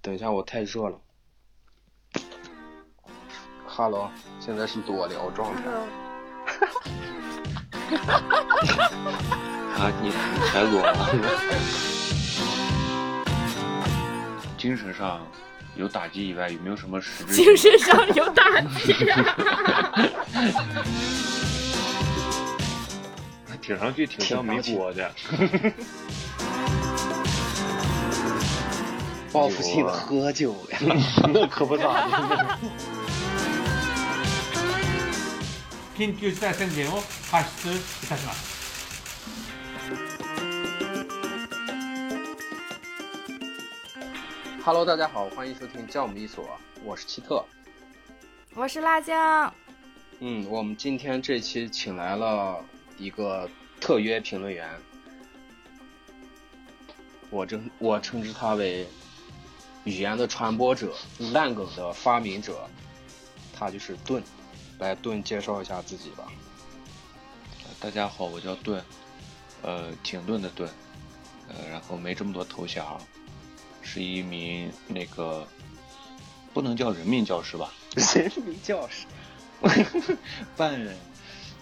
等一下，我太热了。哈喽，现在是裸聊状态。啊，你你才裸了。 精神上有打击以外，有没有什么实 质？精神上有打击、挺上去挺像没锅的。报复性喝酒呀！ 那可不咋的。緊急事態宣言を発出いたします。哈喽，大家好，欢迎收听教母一所，我是奇特。 我是辣酱，嗯，我们今天这期请来了一个特约评论员，我称我称之他为语言的传播者、烂梗的发明者，他就是盾。来，盾介绍一下 自己吧。大家好，我叫盾，呃，停顿的顿，呃，然后没这么多头衔儿，是一名那个不能叫人民教师吧， 人民教师，半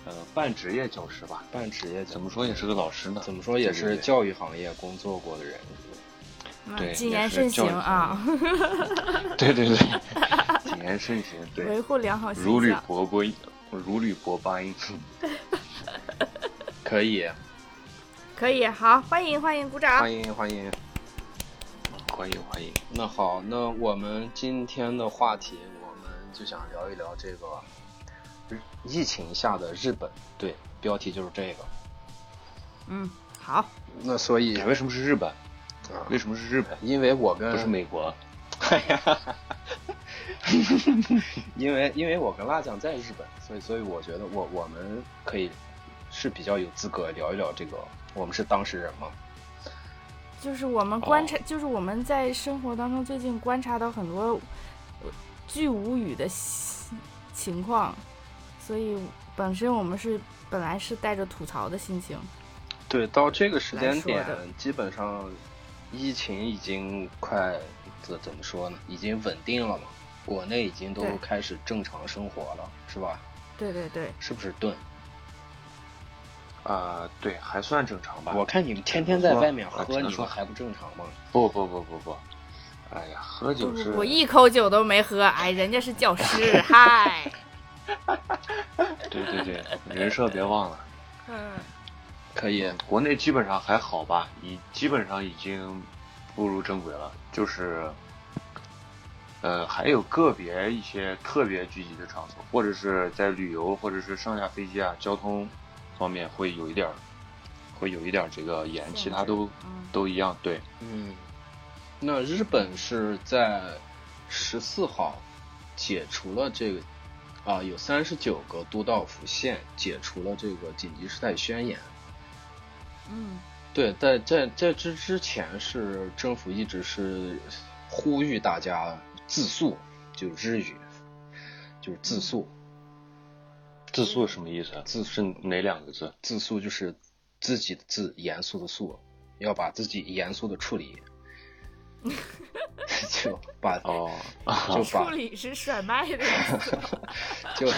呃半职业教师吧，半职业教怎么说也是个老师呢？怎么说也对是对对教育行业工作过的人。对嗯谨言慎行啊， 对对对， 谨言慎行，维嗯对，护良好如形履象。薄波，如履薄冰。可以，可以，好，欢迎欢迎，鼓掌欢。迎欢迎。 欢迎欢迎，那好，那我们今天的话题，我们就想聊一聊这个日疫情下的日本。对，标题就是这个。嗯，好，那所以，为什么是日本？啊为什么是日本？因为我跟不是美国？哎呀，因为因为我跟辣酱在日本，所以所以我觉得我我们可以是比较有资格聊一聊这个，我们是当事人嘛。就是我们观察，就是我们在生活当中最近观察到很多呃巨无语的情情况，所以本身我们是本来是带着吐槽的心情，对，到这个时间点来说的，基本上疫情已经快怎怎么说呢？已经稳定了嘛，国内已经都对开始正常生活了，是吧？对对对，是不是盾？啊、对，还算正常吧。我看你们天天在外面喝，你们还不正常吗？不不不不不，哎呀，喝酒是我一口酒都没喝，哎，人家是教师， 嗨，对对对，人设别忘了。嗯，可以， 国内基本上还好吧，已基本上已经步入正轨了，就是，呃，还有个别一些特别聚集的场所，或者是在旅游，或者是上下飞机啊，交通方面会有一点儿，会有一点儿这个严，限其他制都、嗯都一样。对，嗯，那日本是在十四号解除了这个啊，有三十九个都道府县解除了这个紧急事态宣言。嗯，对，在在在这之前是政府一直是呼吁大家自诉，就是日语，就是自诉，自诉什么意思？自是哪两个字？自诉就是自己的自，严肃的肃，要把自己严肃的处理， 就把哦， 就处把理是甩卖的意思，就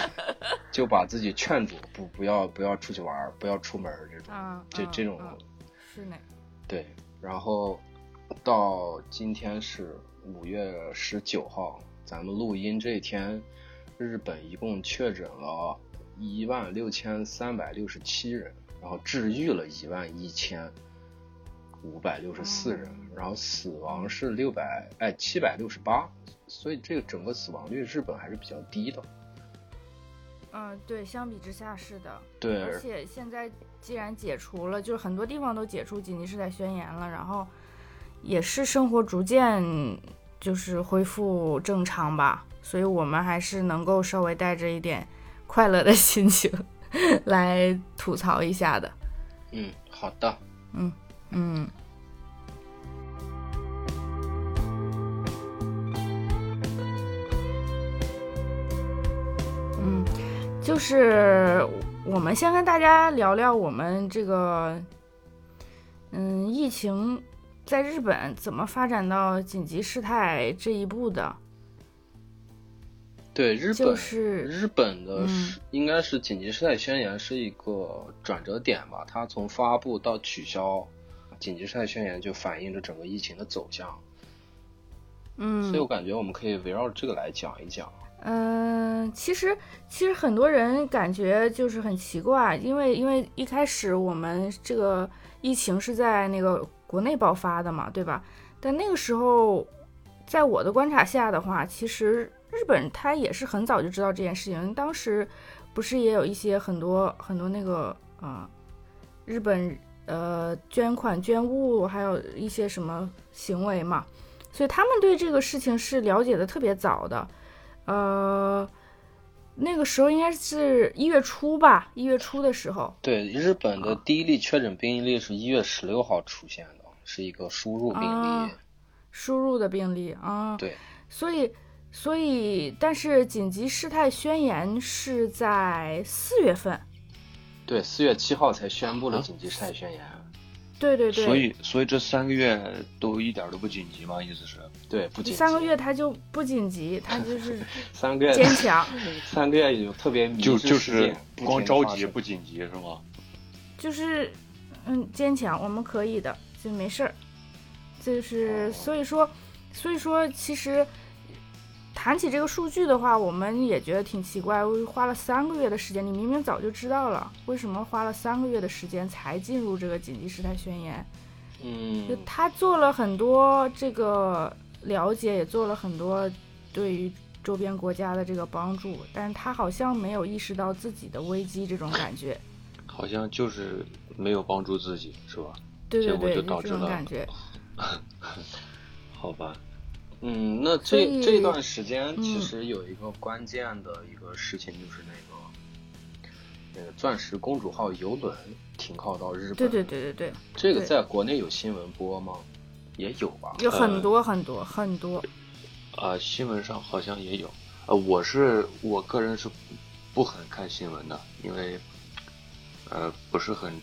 就把自己劝住，不不要不要出去玩儿，不要出门儿这种，嗯，这嗯这种嗯是呢，对，然后到今天是五月十九号，咱们录音这一天，日本一共确诊了一万六千三百六十七人，然后治愈了一万一千五百六十四人，哦然后死亡是六百哎七百六十八，所以这个整个死亡率日本还是比较低的。嗯，对，相比之下是的，对，而且现在既然解除了，就是很多地方都解除紧急事态宣言了，然后也是生活逐渐就是恢复正常吧，所以我们还是能够稍微带着一点快乐的心情 来吐槽一下的，嗯，好的。嗯。嗯，就是我们先跟大家聊聊我们这个，嗯，疫情在日本怎么发展到紧急事态这一步的？对日本、就是日本的嗯是、应该是紧急事态宣言是一个转折点吧，它从发布到取消，紧急事态宣言就反映着整个疫情的走向，所以我嗯感觉我们可以围绕这个来讲一讲。嗯、呃其实其实很多人感觉就是很奇怪，因为因为一开始我们这个疫情是在那个国内爆发的嘛，对吧？但那个时候，在我的观察下的话，其实日本它也是很早就知道这件事情，当时不是也有一些很多很多那个呃，日本呃捐款捐物，还有一些什么行为嘛，所以他们对这个事情是了解的特别早的，呃。那个时候应该是一月初吧，一月初的时候，对，日本的第一例确诊病例是一月十六号出现的，是一个输入病例。啊输入的病例啊，对，所以，所以，但是紧急事态宣言是在四月份，对，四月七号才宣哦布了紧急事态宣言。对对对，所以所以这三个月都一点儿都不紧急吗？意思是？对，不紧急。三个月他就不紧急，他就是 三个月，坚强，三个月有特别迷就之就事是件不光着急不紧急是吗？就是嗯坚强，我们可以的，就没事儿，就是哦所以说，所以说其实。谈起这个数据的话，我们也觉得挺奇怪，花了三个月的时间，你明明早就知道了，为什么花了三个月的时间才进入这个紧急事态宣言？就嗯，他做了很多这个了解，也做了很多对于周边国家的这个帮助，但是他好像没有意识到自己的危机这种感觉。好像就是没有帮助自己是吧？对对结果对，就就导这致种了感觉。好吧，嗯，那所这以这段时间其嗯实有一个关键的一个事情，就是那个那个钻石公主号游轮停靠到日本。对对，对对对，这个对在国内有新闻播吗？也有吧。有呃很多很多很多。啊、新闻上好像也有。呃，我是我个人是不很看新闻的，因为呃不是很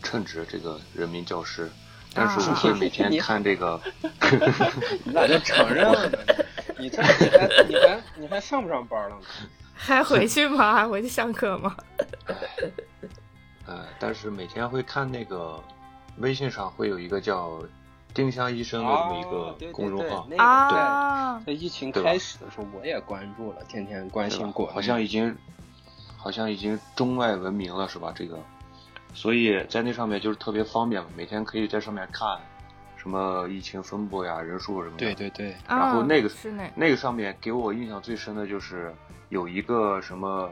称职这个人民教师，但是我会每天看这个。你咋就承认了呢？ 你这你还你还你还上不上班了呢？还回去吗？还回去上课 吗？呃，但是每天会看那个微信上会有一个叫丁香医生的这么一哦对个对公众对号，那个啊，在疫情对吧开始的时候，我也关注了，天天关对吧心国内好像已经好像已经中外闻名了，是吧？这个，所以在那上面就是特别方便嘛，每天可以在上面看什么疫情分布呀、人数什么的。对对对，然后啊那个是那那个上面给我印象最深的就是有一个什么，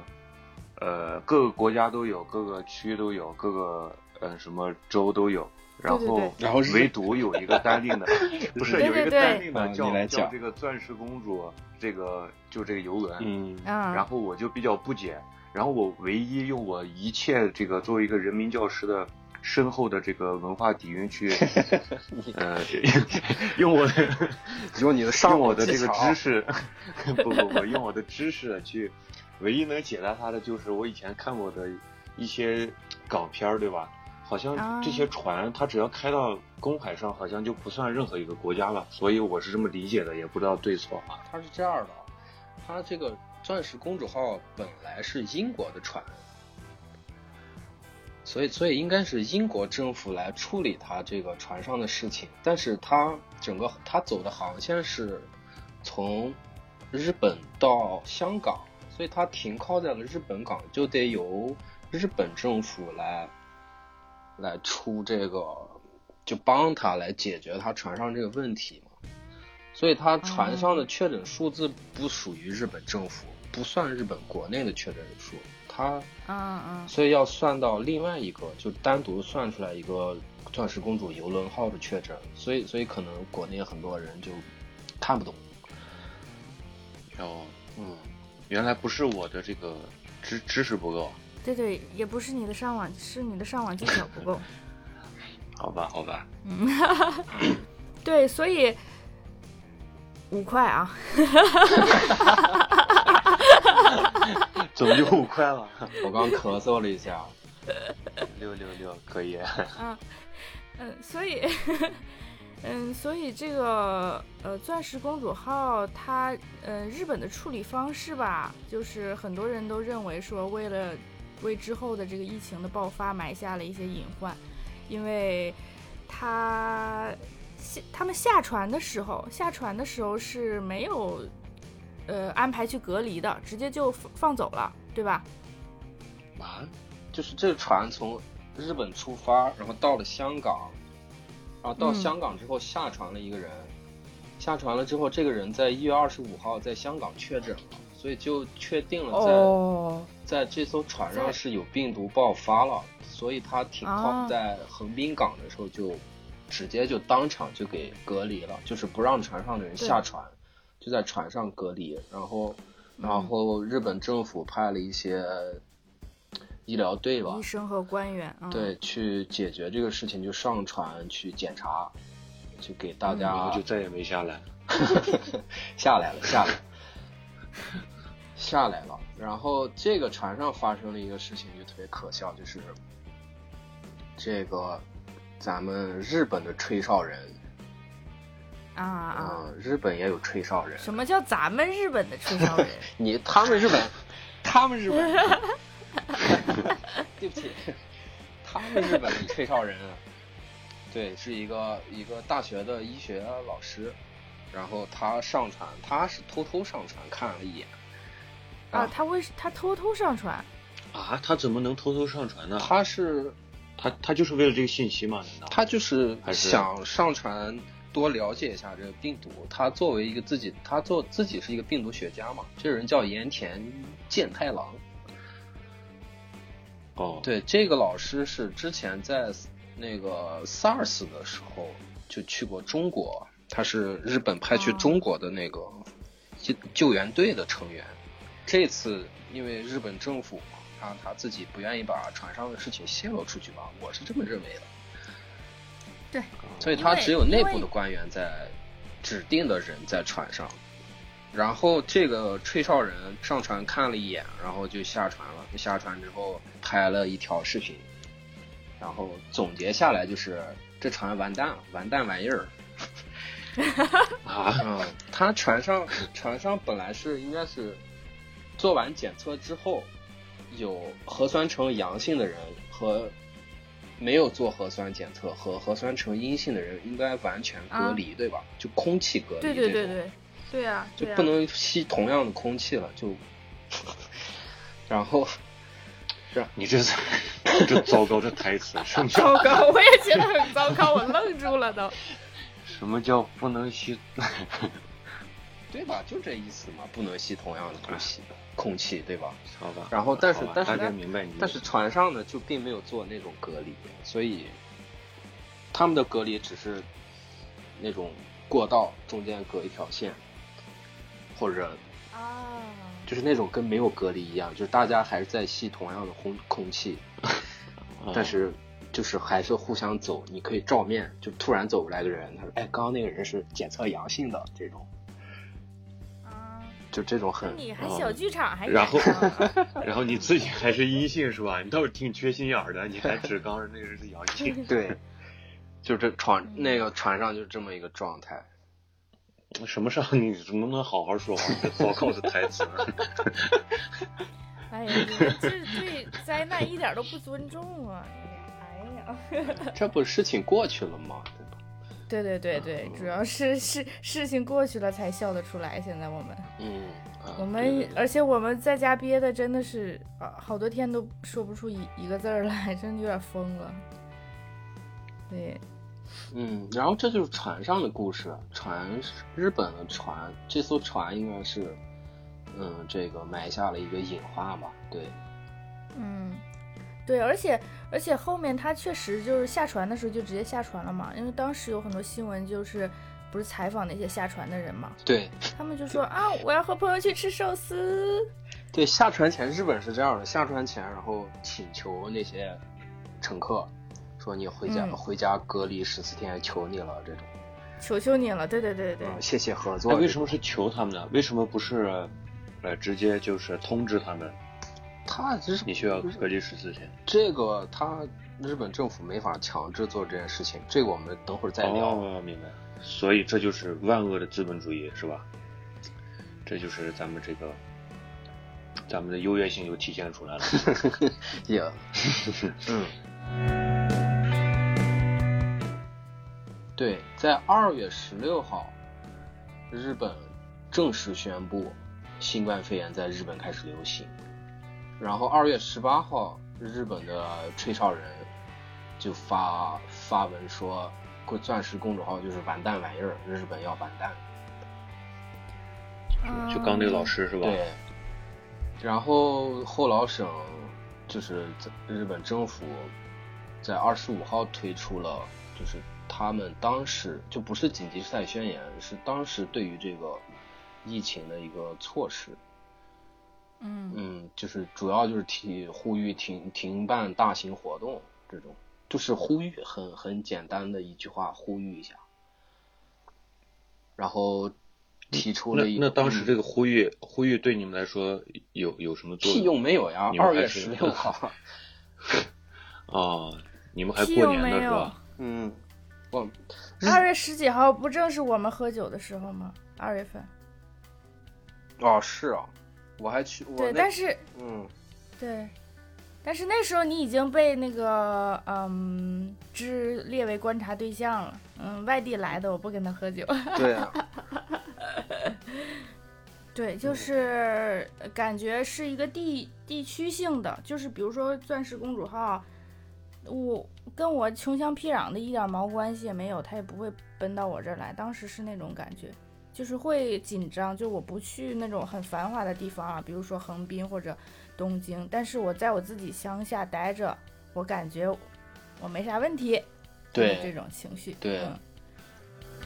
呃，各个国家都有，各个区都有，各个呃什么州都有，然对对对后然后是唯独有一个单 定的，不是对有一对个对单定啊的你叫来叫讲这个钻石公主，这个就这个游轮，嗯啊，然后我就比较不解，然后我唯一用我一切这个作为一个人民教师的深厚的这个文化底蕴 去，呃， 用我的用你的用上我网的技这个巧知识，不不不，用我的知识去，唯一能解答他的就是我以前看过的一些港片儿，对吧？好像这些啊船，它只要开到公海上，好像就不算任何一个国家了，所以我是这么理解的，也不知道对错啊。它是这样的，它这个钻石公主号本来是英国的船，所以所以应该是英国政府来处理它这个船上的事情，但是它整个它走的航线是从日本到香港，所以它停靠在了日本港，就得由日本政府来来出这个，就帮他来解决他船上这个问题嘛。所以他船上的确诊数字不属于日本政府，不算日本国内的确诊数，它嗯嗯所以要算到另外一个，就单独算出来一个钻石公主游轮号的确诊，所以所以可能国内很多人就看不懂，然后嗯，原来不是我的这个知知识不够，对对，也不是你的上网，是你的上网技巧不够。 好吧，好 吧，对，所以五块啊，总就五块了，我刚咳嗽了一下，啊六六六可以。嗯，所以，嗯，所以这个呃，钻石公主号它呃日本的处理方式吧，就是很多人都认为说，为了为之后的这个疫情的爆发埋下了一些隐患，因为它下他们下船的时候，下船的时候是没有呃安排去隔离的，直接就放放走了，对吧？啊，就是这船从日本出发，然后到了香港，然后到嗯香港之后下船了一个人，下船了之后，这个人在一月二十五号在香港确诊了，所以就确定了在、哦，在这艘船在上是有病毒爆发了，所以他停靠、啊在横滨港的时候就直接就当场就给隔离了，就是不让船上的人对下船，就在船上隔离。然后，嗯然后日本政府派了一些医疗队吧医，生和官员啊，嗯，对，去解决这个事情，就上船去检查，就给嗯大然家后就再也没下来。下来了，下来了， 下来了。然后这个船上发生了一个事情，就特别可笑，就是这个咱们日本的吹哨人，啊嗯、啊，日本也有吹哨人，什么叫咱们日本的吹哨人？你他们日本， 他们日本， 对不起，他们日本的吹哨人啊，对，是一个一个大学的医学老师，然后他上船，他是偷偷上船看了一眼，啊，他为他偷偷上船，啊，他怎么能偷偷上传呢？他是他他就是为了这个信息吗？难道？他就是还是想上传多了解一下这个病毒。他作为一个自己，他做自己是一个病毒学家嘛，这人叫盐田健太郎。哦，，对，这个老师是之前在那个 SARS 的时候就去过中国，他是日本派去哦中国的那个救救援队的成员。这次因为日本政府嘛，他他自己不愿意把船上的事情泄露出去吧，我是这么认为的。嗯对，所以因他为只有因内为部的官员在指定的人在船上，然后这个吹哨人上船看了一眼，然后就下船了。下船之后拍了一条视频，然后总结下来就是这船完蛋了，完蛋玩意儿。啊，嗯，他船上船上本来是应该是做完检测之后，有核酸呈阳性的人和没有做核酸检测和核酸呈阴性的人应该完全隔离，对吧？就空气隔离，啊对对对，对，对啊，就对啊不能吸同样的空气了，就 然后你这这糟糕，这台词什 么糟糕， 我也觉得很糟糕，我愣住了都。什么叫不能吸？对吧？就这意思嘛，不能吸同样的东西，空气对吧？ 好吧，然后但是好吧但是大概明白你的意思，但是船上呢就并没有做那种隔离，所以他们的隔离只是那种过道中间隔一条线，或者啊，就是那种跟没有隔离一样，就是大家还是在吸同样的空空气，哦但是就是还是互相走，你可以照面，就突然走过来个人，他说：“哎，刚刚那个人是检测阳性的。”这种就这种很，你还小剧场还然后敢啊然后你自己还是阴性是吧？你倒是挺缺心眼儿的，你还指刚是那个人是阳性 对，就这船那个船上就这么一个状态。什么上 你能不能好好说话？这糟糕的台词， 哎呀，你们这对灾难一点都不尊重啊！你们哎呀，这不事情过去了吗？对吧？对对对对，主要是事事情过去了才笑得出来。现在我们嗯，啊我对们对，对而且我们在家憋的真的是啊，好多天都说不出一一个字儿来，真的有点疯了。对，嗯，然后这就是船上的故事。船，日本的船，这艘船应该是，嗯，这个埋下了一个隐患吧？对，嗯，对，而且而且后面他确实就是下船的时候就直接下船了嘛，因为当时有很多新闻就是不是采访那些下船的人嘛，对，他们就说啊，我要和朋友去吃寿司，对，下船前日本是这样的，下船前然后请求那些乘客说你回家、嗯回家隔离十四天，求你了这种。求求你了，对对对对啊嗯，谢谢合作。那哎为什么是求他们呢？为什么不是呃直接就是通知他们他这是你需要隔离十四天？这个他日本政府没法强制做这件事情，这个我们等会儿再聊。哦，明白。所以这就是万恶的资本主义，是吧？这就是咱们这个，咱们的优越性又体现出来了。 也，嗯，对，在二月十六号，日本正式宣布新冠肺炎在日本开始流行，然后二月十八号，日本的吹哨人就发发文说，钻石公主号就是完蛋玩意儿，日本要完蛋。嗯就刚那个老师是吧？对，然后后老省就是在日本政府在二十五号推出了，就是他们当时就不是紧急事态宣言，是当时对于这个疫情的一个措施。嗯嗯，就是主要就是提呼吁停停办大型活动这种，就是呼吁很很简单的一句话呼吁一下，然后提出那了一那当时嗯这个呼吁呼吁对你们来说有有什么作屁用没有呀你！们二还月是十六号，啊？你们还屁过用年没呢是有吧？嗯，我二月十几号不正是我们喝酒的时候吗？二月份。哦是啊，我还去我对，那但是嗯对，但是那时候你已经被那个嗯之列为观察对象了。嗯，外地来的，我不跟他喝酒。对啊， 对，就是呃感觉是一个地地区性的，就是比如说钻石公主号，我跟我穷乡僻壤的一点毛关系也没有，他也不会奔到我这儿来。当时是那种感觉，就是会紧张，就我不去那种很繁华的地方啊，比如说横滨或者东京，但是我在我自己乡下待着，我感觉我没啥问题，对就是这种情绪，对嗯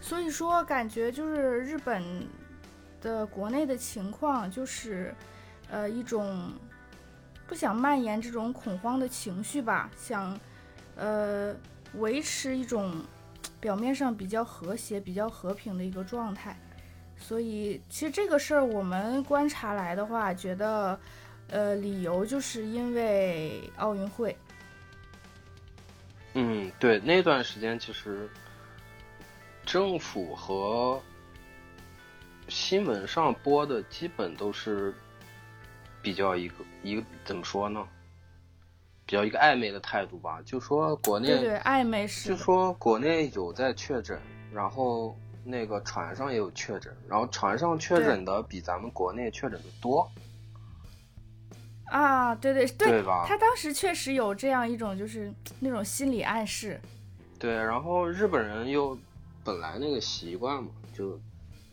所以说，感觉就是日本的国内的情况，就是呃一种不想蔓延这种恐慌的情绪吧，想呃维持一种表面上比较和谐、比较和平的一个状态。所以，其实这个事儿我们观察来的话，觉得呃理由就是因为奥运会，嗯对，那段时间其实政府和新闻上播的基本都是比较一个一个怎么说呢，比较一个暧昧的态度吧，就说国内对对，暧昧是就说国内有在确诊，然后那个船上也有确诊，然后船上确诊的比咱们国内确诊的多，啊，对对对，对吧他当时确实有这样一种就是那种心理暗示，对，然后日本人又本来那个习惯嘛，就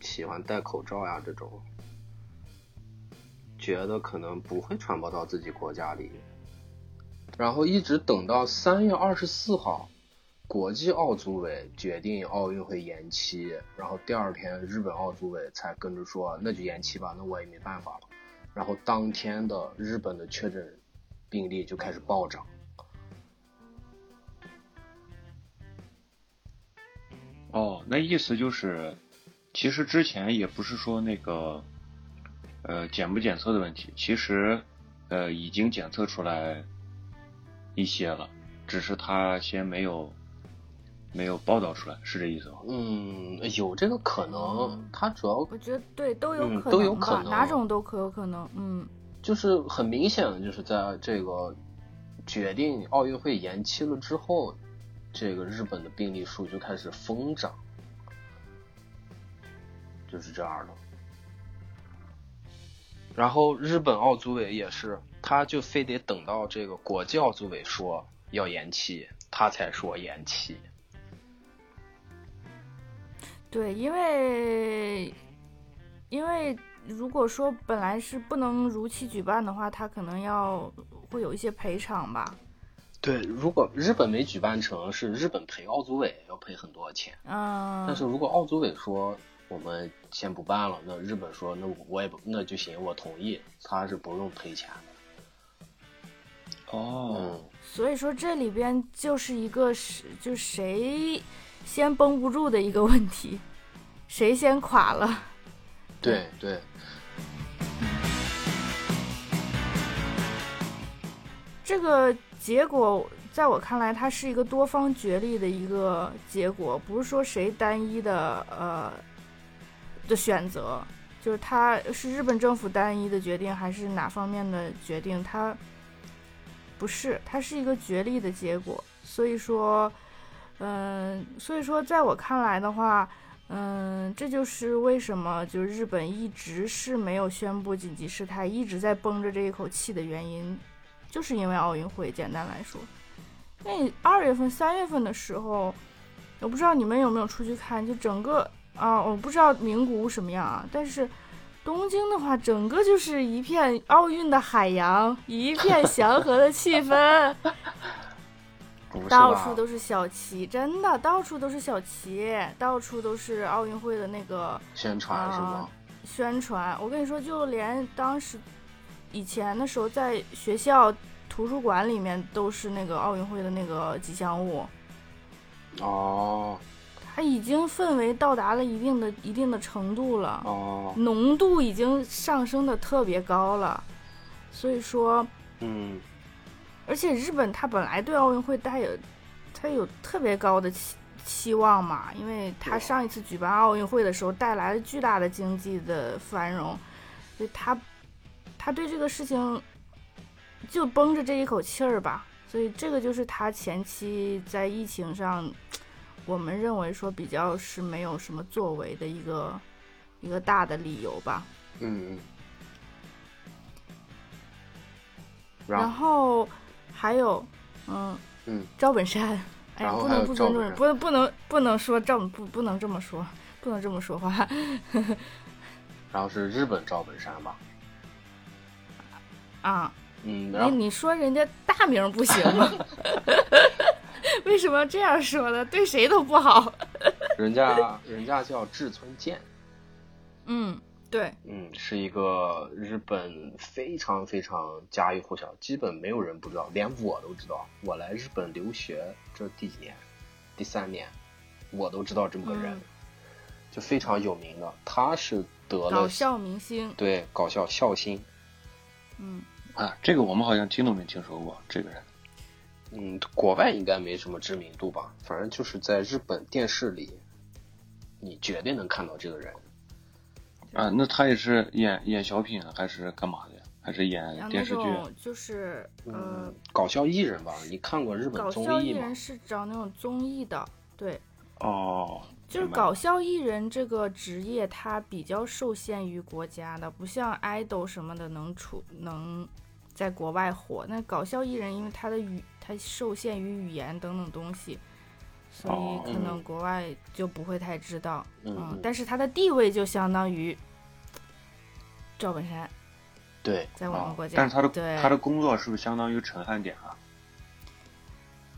喜欢戴口罩呀这种，觉得可能不会传播到自己国家里，然后一直等到三月二十四号。国际奥组委决定奥运会延期，然后第二天日本奥组委才跟着说那就延期吧，那我也没办法了。然后当天的日本的确诊病例就开始暴涨，哦，那意思就是，其实之前也不是说那个，呃，检不检测的问题，其实，呃，已经检测出来一些了，只是他先没有没有报道出来，是这意思吗？嗯，有这个可能，它主要我觉得对都有嗯可能吧，都有可能哪种都可有可能，嗯，就是很明显的，就是在这个决定奥运会延期了之后，这个日本的病例数就开始疯涨，就是这样的。然后日本奥组委也是，他就非得等到这个国际奥组委说要延期，他才说延期。对，因为因为如果说本来是不能如期举办的话，他可能要会有一些赔偿吧，对，如果日本没举办成，是日本赔奥组委要赔很多钱。嗯，但是如果奥组委说我们先不办了，那日本说那我也不那就行，我同意，他是不用赔钱的。哦，所以说这里边就是一个是就谁先绷不住的一个问题，谁先垮了。对对。这个结果在我看来，它是一个多方角力的一个结果，不是说谁单一的呃的选择，就是它是日本政府单一的决定，还是哪方面的决定？它不是，它是一个角力的结果。所以说，嗯、所以说，在我看来的话，嗯，这就是为什么就日本一直是没有宣布紧急事态，一直在绷着这一口气的原因，就是因为奥运会。简单来说，那二月份、三月份的时候，我不知道你们有没有出去看，就整个啊，我不知道名古屋什么样啊，但是东京的话，整个就是一片奥运的海洋，一片祥和的气氛。不是到吧处都是小旗，真的，到处都是小旗，到处都是奥运会的那个宣传是吗？宣传。我跟你说，就连当时以前的时候，在学校图书馆里面都是那个奥运会的那个吉祥物，哦它已经氛围到达了一定的一定的程度了。哦，浓度已经上升的特别高了，所以说，嗯，而且日本它本来对奥运会它有它有特别高的期期望嘛，因为它上一次举办奥运会的时候带来了巨大的经济的繁荣，所以它它对这个事情就绷着这一口气儿吧，所以这个就是它前期在疫情上，我们认为说比较是没有什么作为的一个一个大的理由吧。嗯嗯。然然后后还有，嗯嗯，赵本山，哎呀，然后不还能有不赵尊重本人，山不不能不能说赵不不能这么说，不能这么说话。 然后是日本赵本山吧？啊，嗯，然后你你说人家大名不行吗？ 为什么这样说呢？对谁都不好。人家人家叫志村健，嗯，对，嗯，是一个日本非常非常家喻户晓，基本没有人不知道，连我都知道。我来日本留学这第几年？第三年，我都知道这么个人，嗯就非常有名的。他是得搞了笑明星，对搞笑笑星，嗯，啊，这个我们好像听都没听说过这个人。嗯，国外应该没什么知名度吧，反正就是在日本电视里，你绝对能看到这个人。嗯啊，那他也是演演小品啊还是干嘛的呀？还是演像电那视剧啊？种就是呃嗯，，搞笑艺人吧，你看过日本搞综笑艺艺吗人？是找那种综艺的，对。哦，就是明白了搞笑艺人这个职业，它比较受限于国家的，不像 idol 什么的能出能在国外火。那搞笑艺人因为他的语，他受限于语言等等东西，所哦以可能国外就不会太知道。嗯嗯但是他的地位就相当于赵本山对，在我哦们国，家。但是他的对他的工作是不是相当于陈汉典啊？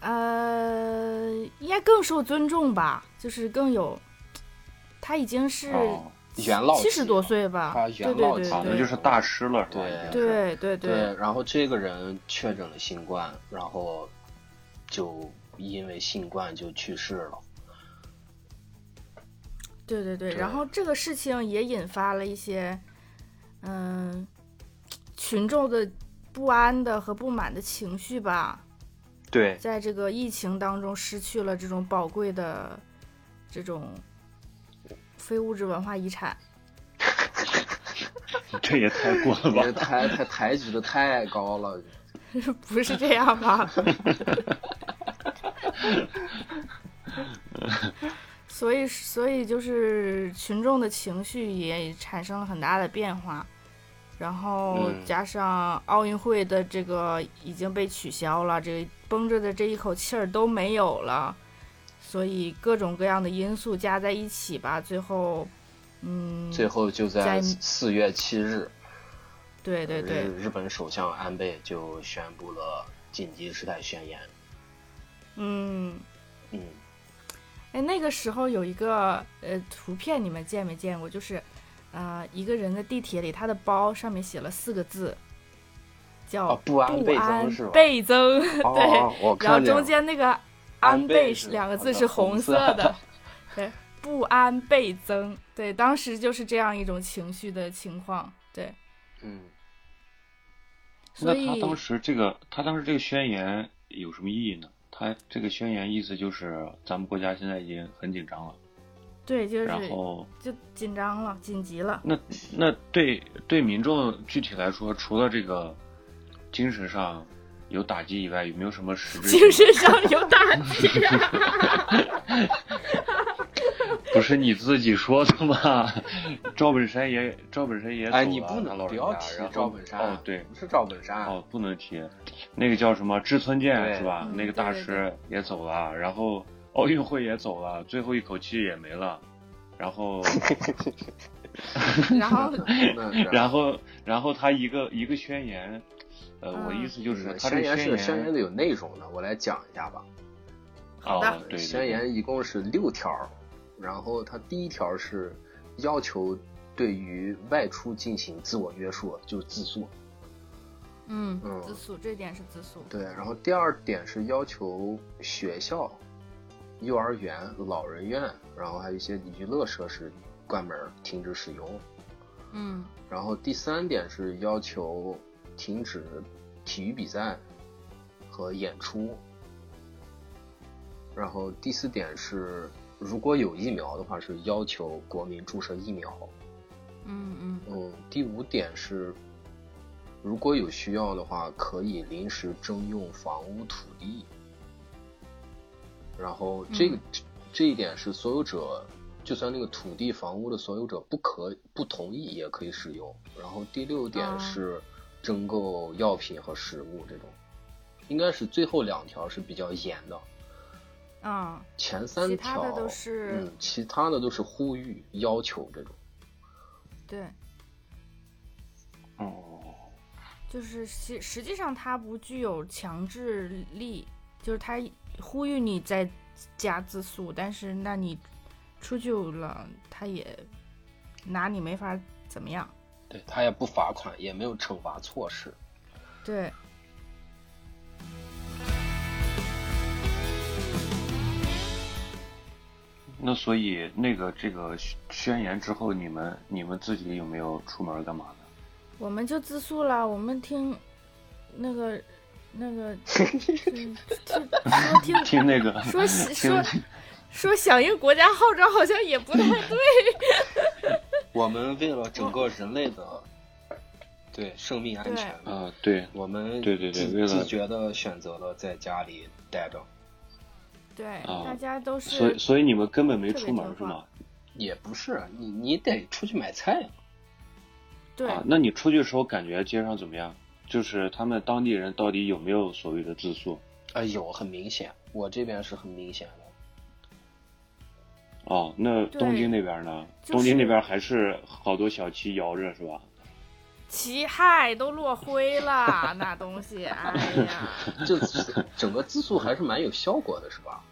呃，应该更受尊重吧，就是更有，他已经是哦，元老七十级多的岁吧，他对元对老对级啊，对那就是大师了，是吧对已经是对对对，然后这个人确诊了新冠，然后就因为新冠就去世 了。对对对。对然后这个事情也引发了一些，嗯、群众的不安的和不满的情绪吧。对， 在这个疫情当中，失去了这种宝贵的这种非物质文化遗产。这也太过了这吧？抬抬抬举的太高了，嗯不是这样 吧？所以，所以就是群众的情绪也产生了很大的变化，然后嗯加上奥运会的这个已经被取消了，这个绷着的这一口气儿都没有了，所以各种各样的因素加在一起吧，最后，嗯，最后就在在四月七日，对对对，日日本首相安倍就宣布了紧急事态宣言。嗯。嗯，哎，那个时候有一个呃图片，你们见没见过？就是，呃，一个人在地铁里，他的包上面写了四个字，叫哦不安倍增是吧倍增哦，我然后看见中了。间那个安安倍倍是是两个好字的是红红色 色的，对，不安倍增，对，当时就是这样一种情绪的情况，对。嗯， 所那以他当时这个，他当时这个宣言有什么意义呢？他这个宣言意思就是咱们国家现在已经很紧张了，对，就是然后就紧张了，紧急了。那那对对民众具体来说，除了这个精神上有打击以外，有没有什么实质性 精的？神上有打击，不是你自己说的吗？ 赵本山也赵本山也走了，哎，你不咱能老不人要家提然后赵本山，哦，对，不是赵本山，哦，不能提，那个叫什么志村健对是吧？嗯那个啊对大对师也走了，然后奥运会也走了，最后一口气也没了，然 后 然后 那是 然后然后他一个一个宣言，呃，我嗯意思就是他这宣个言是言宣言里有内容的，我来讲一下吧。好的啊，对，对宣言一共是六条儿，然后它第一条是要求对于外出进行自我约束，就是自诉。嗯嗯，自诉这点是自诉，对，然后第二点是要求学校、幼儿园、老人院，然后还有一些娱乐设施关门儿，停止使用。嗯然后第三点是要求停止体育比赛和演出。然后第四点是，如果有疫苗的话，是要求国民注射疫苗。嗯嗯嗯，第五点是，如果有需要的话，可以临时征用房屋土地。然后这个、嗯这这一点是所有者，就算那个土地房屋的所有者不可不同意也可以使用。然后第六点哦是征购药品和食物这种，应该是最后两条是比较严的，啊，前三其条他的都是、嗯，其他的都是呼吁要求这种。对，哦，就是实实际上它不具有强制力，就是它呼吁你在家自诉，但是那你出去了，他也拿你没法怎么样。对他也不罚款，也没有惩罚措施。对，那所以那个这个宣言之后，你们你们自己有没有出门干嘛呢？ 我们就自诉了，我们听那个那个嗯说听听那个说说听说响应国家号召，好像也不太对。我们为了整个人类的对生命安全，啊，对，我们对对对自为了自觉的选择了在家里待着，对，哦大家都所是以所以你们根本没特别出门听是话吗？也不是你你得出去买菜呀、对啊，那你出去的时候感觉街上怎么样？就是他们当地人到底有没有所谓的自诉？啊，有很明显，我这边是很明显的，哦，那对东京那边呢？就是东京那边还是好多小旗摇着是吧？旗嗨都落灰了，那东西，哎呀。这整个自诉还是蛮有效果的，是吧？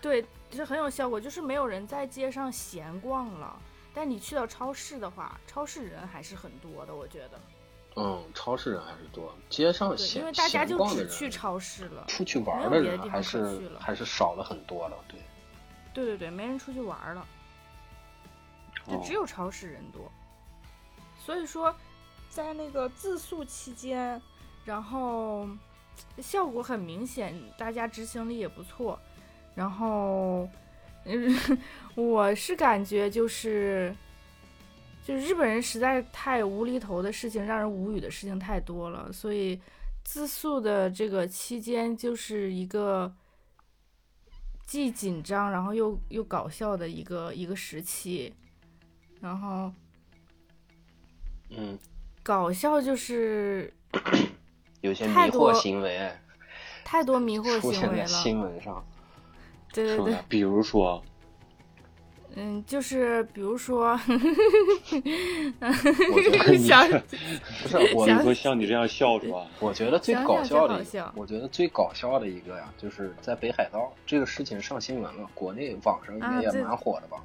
对，是很有效果，就是没有人在街上闲逛了。但你去到超市的话，超市人还是很多的，我觉得。嗯，超市人还是多，街上对，因为闲大家闲就逛的只人，去超市了。出去玩的没有别的人地方还可是去了还是少了很多了，对。对对对，没人出去玩儿了，就哦只有超市人多。所以说，在那个自诉期间，然后效果很明显，大家执行力也不错。然后，嗯， 我是感觉就是，就日本人实在太无厘头的事情，让人无语的事情太多了，所以自诉的这个期间就是一个既紧张，然后又又搞笑的一个一个时期。然后嗯，搞笑就是有些迷太多惑行为太多迷惑出行现为在了，新闻 上，对是对不对是，？比如说，嗯，就是比如说，我觉得你 想不是我比如说像你这样笑是吧？我觉得最想搞想笑真的好一个笑，我觉得最搞笑的一个呀，就是在北海道这个事情上新闻了，国内网上啊应该也这蛮火的吧？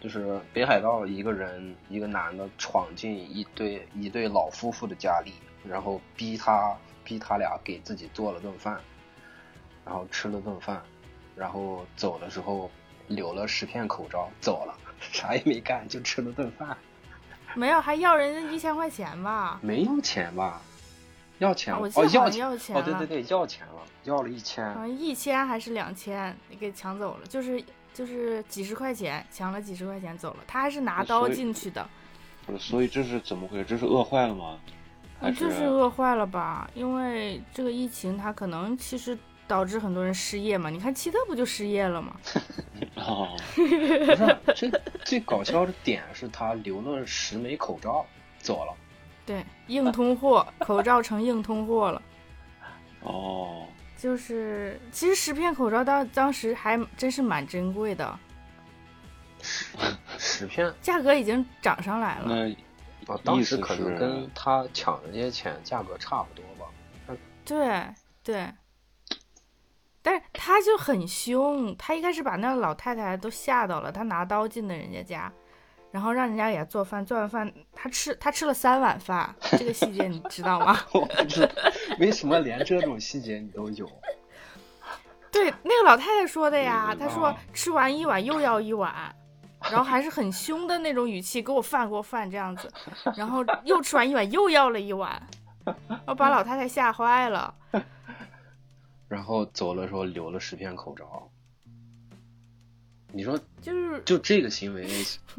就是北海道一个人，一个男的闯进一对一对老夫妇的家里，然后逼他逼他俩给自己做了顿饭，然后吃了顿饭，然后走的时候留了十片口罩走了， 啥也没干就吃了顿饭，没有还要人家一千块钱吧？没要钱吧？要钱啊了我记哦得好要像要钱哦对对了哎对要钱了，要了一千好像一千还是两千，你给抢走了，就是就是几十块钱，抢了几十块钱走了。他还是拿刀所以进去的，不是，所以这是怎么回事？这是饿坏了吗？还嗯是就是饿坏了吧？因为这个疫情，他可能其实导致很多人失业嘛。你看奇特不就失业了吗？哦，不是，这最搞笑的点是他留了十枚口罩走了，对， 硬通货，口罩成硬通货了。哦，就是其实十片口罩当当时还真是蛮珍贵的，十 片价格已经涨上来了。那啊，当意时思可能是跟他抢的这些钱价格差不多吧。对对，但是他就很凶，他一开始把那老太太都吓到了，他拿刀进的人家家，然后让人家给他做饭，做完饭他吃他吃了三碗饭，这个细节你知道吗？我不知道为什么连这种细节你都有？对，那个老太太说的呀，她说啊吃完一碗又要一碗，然后还是很凶的那种语气，给我饭，给我饭这样子，然后又吃完一碗又要了一碗，然后把老太太吓坏了。 然后走的时候留了十片口罩，你说就是就这个行为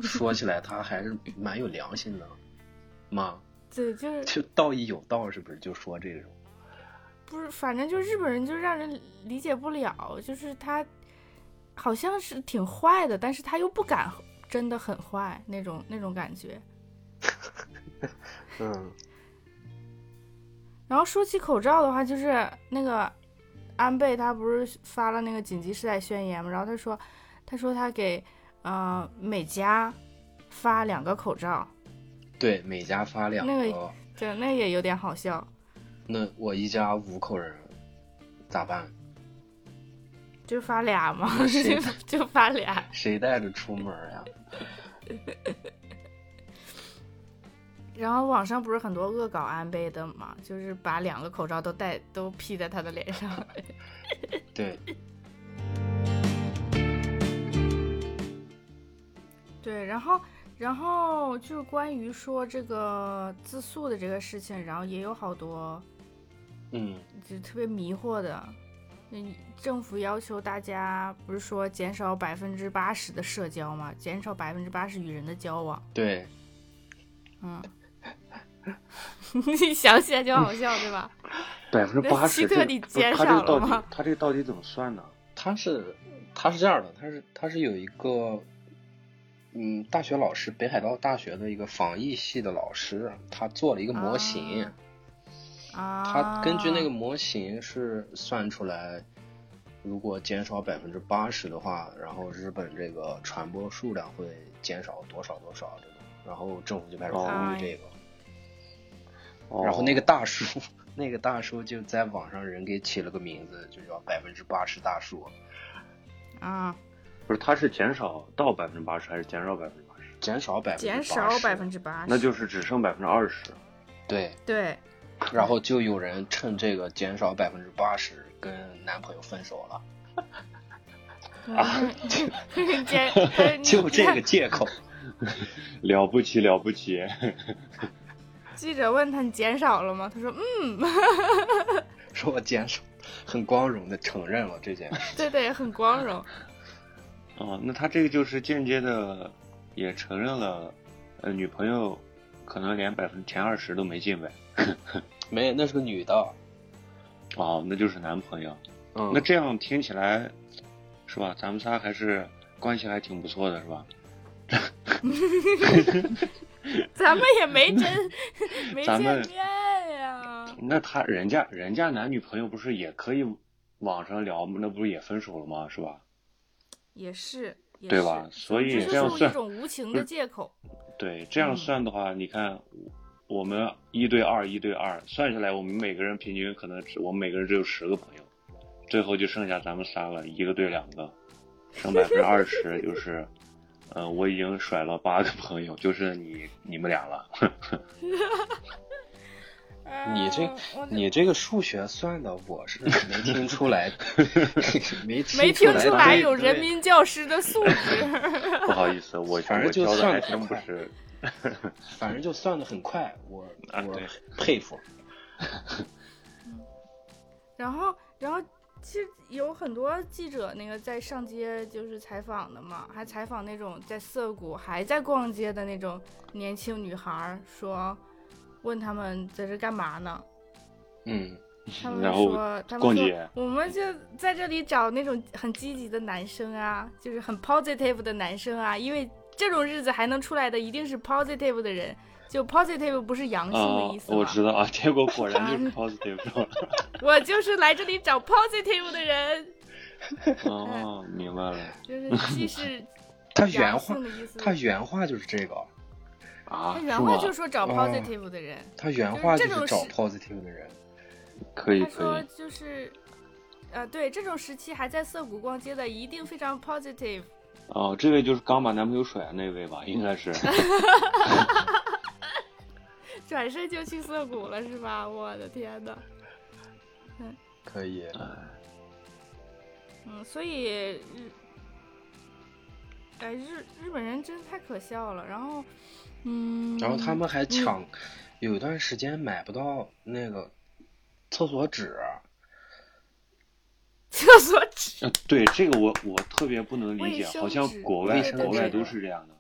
说起来，他还是蛮有良心的妈，对，就是 就道义有道，是不是？就说这种，不是，反正就日本人就让人理解不了，就是他好像是挺坏的，但是他又不敢真的很坏那种那种感觉。嗯，然后说起口罩的话，就是那个安倍他不是发了那个紧急事态宣言嘛，然后他说，他说他给呃每家发两个口罩，对，每家发两个。那个这那也有点好笑。那我一家五口人咋办？就发俩嘛 那谁，就发俩。谁带着出门呀、然后网上不是很多恶搞安倍的嘛，就是把两个口罩都戴都披在他的脸上。 对，对，然后然后就是关于说这个自诉的这个事情，然后也有好多嗯，就特别迷惑的。嗯，政府要求大家不是说减少百分之八十的社交嘛，减少百分之八十与人的交往。对，嗯， 你想起来就好笑，对吧？百分之八那希十，特这你个不是减他这少个到了吗底他这个到底怎么算呢？他是他是这样的，他是他是有一个嗯大学老师，北海道大学的一个防疫系的老师，他做了一个模型，啊啊，他根据那个模型是算出来。如果减少百分之八十的话，然后日本这个传播数量会减少多少多少这种，然后政府就开始呼哦吁这个。哦然后那个大叔， 那个大叔就在网上人给起了个名字，就叫百分之八十大叔，啊，不是他是减少到百分之八十还是减少百分之八十？减少百分之减少百分之八十，那就是只剩百分之二十。对，对，然后就有人趁这个减少百分之八十跟男朋友分手了，嗯 减 呃你啊就这看个借口。了不起，了不起！记者问他你减少了吗？他说嗯，说我减少，很光荣的承认了这件事。对对，很光荣。哦，那他这个就是间接的也承认了，呃，女朋友可能连百分前二十都没进呗。没，那是个女的。哦，那就是男朋友。嗯那这样听起来，是吧？咱们仨还是关系还挺不错的，是吧？咱们也没真 没见咱们面呀，那他人家人家男女朋友不是也可以网上聊吗？那不是也分手了吗？是吧？也是，也嗯对是吧所以只是这样树一算种无情的借口。对，这嗯样算的话，你看我们一对二，一对二，算下来我们每个人平均可能只我们每个人只有十个朋友，最后就剩下咱们仨了，一个对两个，剩百分之二十就是，呃，我已经甩了八个朋友，就是你你们俩 了。你这嗯我你这个数学算的，我是没听出来，没没听出出来这有人对民教师的素质。不好意思，我我反正就教的算还得真很不快是。反正就算的很快，我啊我对佩服。然后，然后其实有很多记者那个在上街就是采访的嘛，还采访那种在涩谷还在逛街的那种年轻女孩儿，说问他们在这干嘛呢？嗯，他们然后说，他逛们说街我们就在这里找那种很积极的男生啊，就是很 positive 的男生啊，因为这种日子还能出来的一定是 positive 的人，就 positive 不是阳性啊的意，思我吗？知道啊，结果果然就是 positive 是吧？我就是来这里找 positive 的人，哦，明白了就是既是 他原阳话性的意思，他原话就是这个，啊，他是原话吗？哎就说找哦 positive 的人，他原话就就是是这找种事 positive 的人。可以他说可以，就是，呃，对，这种时期还在涩谷逛街的一定非常 positive。哦，这位就是刚把男朋友甩的那位吧，应该 是，转身就去涩谷了，是吧？我的天呐，可以，嗯，所以日，哎，日日本人真太可笑了。然后，嗯，然后他们还抢，有一段时间买不到那个厕所纸， 厕所纸，呃对这个我我特别不能理卫解，生好像纸国卫外生国外纸都是这样的，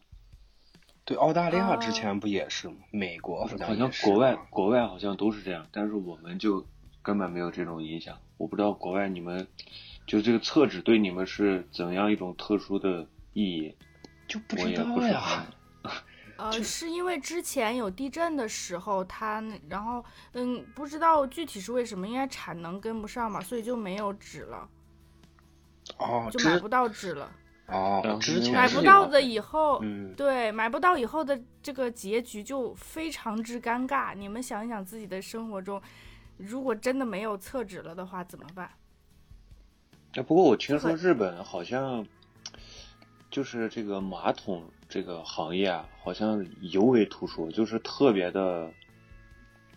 对，澳大利亚之哦前不也是吗？美国好好像像哦也是啊国外吗国外好像都是这样，但是我们就根本没有这种影响。我不知道国外你们就这个厕纸对你们是怎样一种特殊的意义，就不我知也道不是 呀很。呃，是因为之前有地震的时候，它那然后嗯，不知道具体是为什么，应该产能跟不上嘛，所以就没有纸了，哦，就买之不到纸了。哦嗯之前买是不有到的以后，嗯对，买不到以后的这个结局就非常之尴尬。你们想一想自己的生活中，如果真的没有厕纸了的话，怎么办？哎，不过我听说很日本好像就是这个马桶这个行业啊，好像尤为突出，就是特别的